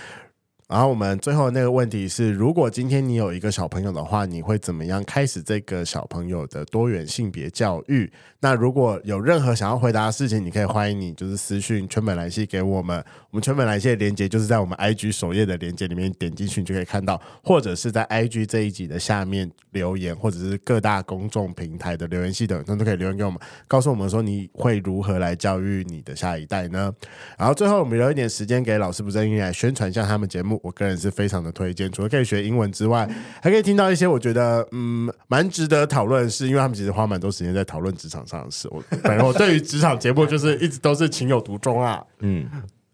然后我们最后那个问题是：如果今天你有一个小朋友的话，你会怎么样开始这个小朋友的多元性别教育？那如果有任何想要回答的事情，你可以欢迎你就是私讯圈本来信给我们。我们圈本来信的连接就是在我们 IG 首页的连接里面点进去，你就可以看到，或者是在 IG 这一集的下面留言，或者是各大公众平台的留言系统，那都可以留言给我们，告诉我们说你会如何来教育你的下一代呢？然后最后我们留一点时间给老师不正经来宣传一下他们节目，我个人是非常的推荐，除了可以学英文之外，还可以听到一些我觉得嗯蛮值得讨论的事，因为他们其实花蛮多时间在讨论职场上的事。我本人我对于职场节目就是一直都是情有独钟啊。嗯，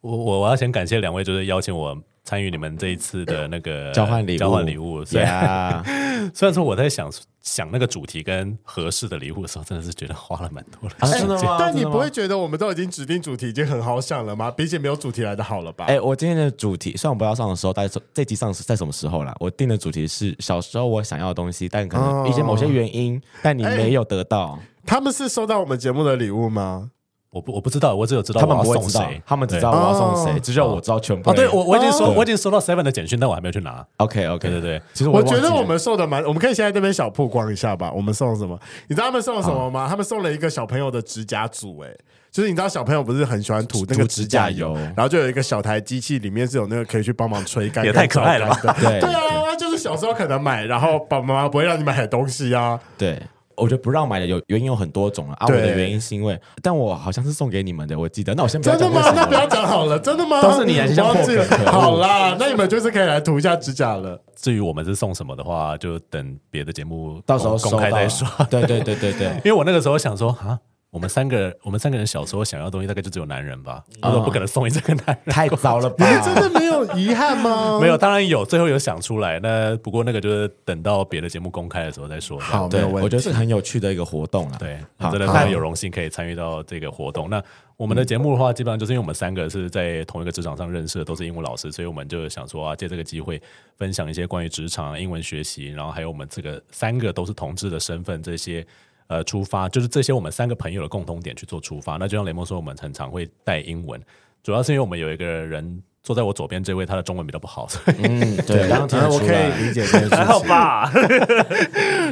我我我要先感谢两位，就是邀请我参与你们这一次的那个交换礼物，交换礼物。啊虽然、呀，虽然说我在想想那个主题跟合适的礼物的时候，真的是觉得花了蛮多的啊时真的间。吗？但你真的吗不会觉得我们都已经指定主题已经很好想了吗？比起没有主题来的好了吧？哎、我今天的主题虽然我不知道上的时候，但是这集上是在什么时候啦？我定的主题是小时候我想要的东西，但可能一些某些原因，但你没有得到，他们是收到我们节目的礼物吗？我不我不知道，我只有知道他我们要不会送知道谁，，他们只知道我要送谁，只有我知道全部哦，人。对我我已经收、对我已经收到 Seven 的简讯，但我还没有去拿。 OK OK，对对对，其实我也忘觉记得了我们送的蛮，我们可以先在这边小曝光一下吧。我们送了什么？你知道他们送了什么哦吗？他们送了一个小朋友的指甲组、哎，就是你知道小朋友不是很喜欢涂那个涂指指甲甲油，油然后就有一个小台机器，里面是有那个可以去帮忙吹干，也太可爱了吧跟照干的对对啊，就是小时候可能买，然后爸爸妈妈不会让你买东西 啊。对。我觉得不让买的有原因有很多种了啊！我对的原因是因为，但我好像是送给你们的，我记得。那我先不要真的啊吗讲为什？那么不要了。讲好了，真的吗？都是你啊就像忘记了破梗可恶好啦，那你们就是可以来涂一下指甲了。 至于我们是送什么的话，就等别的节目到时候公公开收到再了说。。 对对对对对因，为我那个时候想说啊。我们三个，我们三个人小时候想要的东西，大概就只有男人吧。嗯我说不可能送一这个男人，太糟了吧！真的没有遗憾哦吗？ 没有，当然有，最后有想出来。那不过那个就是等到别的节目公开的时候再说。好，没对，有问我题。觉得是很有趣的一个活动啊啦。对，好真的好非常有荣幸可以参与到这个活动。那我们的节目的话，基本上就是因为我们三个是在同一个职场上认识的，都是英文老师，所以我们就想说啊，借这个机会分享一些关于职场、英文学习，然后还有我们这个三个都是同志的身份这些。呃，出发就是这些我们三个朋友的共同点去做出发。那就像雷蒙说，我们很常会带英文，主要是因为我们有一个人坐在我左边这位他的中文比较不好，所以嗯，对，刚刚听得我出可来，以理解这件事情还好？吧？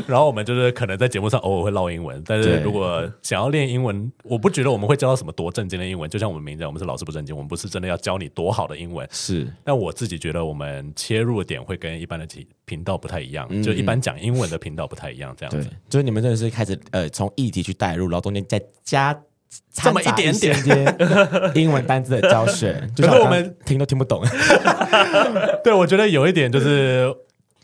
然后我们就是可能在节目上偶尔会唠英文，但是对如果想要练英文，我不觉得我们会教到什么多正经的英文，就像我们明讲，我们是老师不正经，我们不是真的要教你多好的英文。是，但我自己觉得我们切入的点会跟一般的频频道不太一样，嗯就一般讲英文的频道不太一样，这样对子。，就是你们真的是开始呃从议题去带入，然后中间再加。这么一点点点英文单字的教学， 就像可是我刚们听都听不 懂。对，我觉得有一点就是。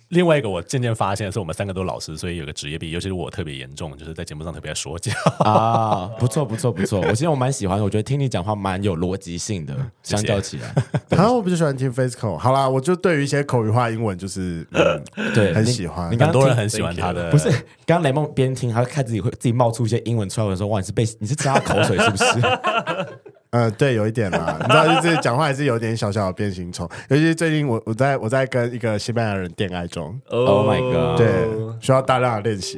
另外一个我渐渐发现是我们三个都老师，所以有个职业病，尤其是我特别严重，就是在节目上特别爱说教。啊，不错不错不错，我其实我蛮喜欢的，我觉得听你讲话蛮有逻辑性的，谢相较起 来， 然后我比较喜欢听 Fisco。好啦，我就对于一些口语化英文就是、嗯、 对，很你喜欢你刚刚很多人听很喜欢他的，不是，刚刚雷梦边听，他看自己会自己冒出一些英文出来，我说哇，你是被你是吃他口水是不 是？嗯，对，有一点啦，你知道，就是讲话还是有点小小的变形虫。尤其是最近我我在我在跟一个西班牙人恋爱中，哦 Oh my god 对，需要大量的练习。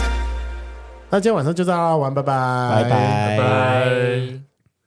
那今天晚上就到这啦，玩，拜拜，拜拜。拜。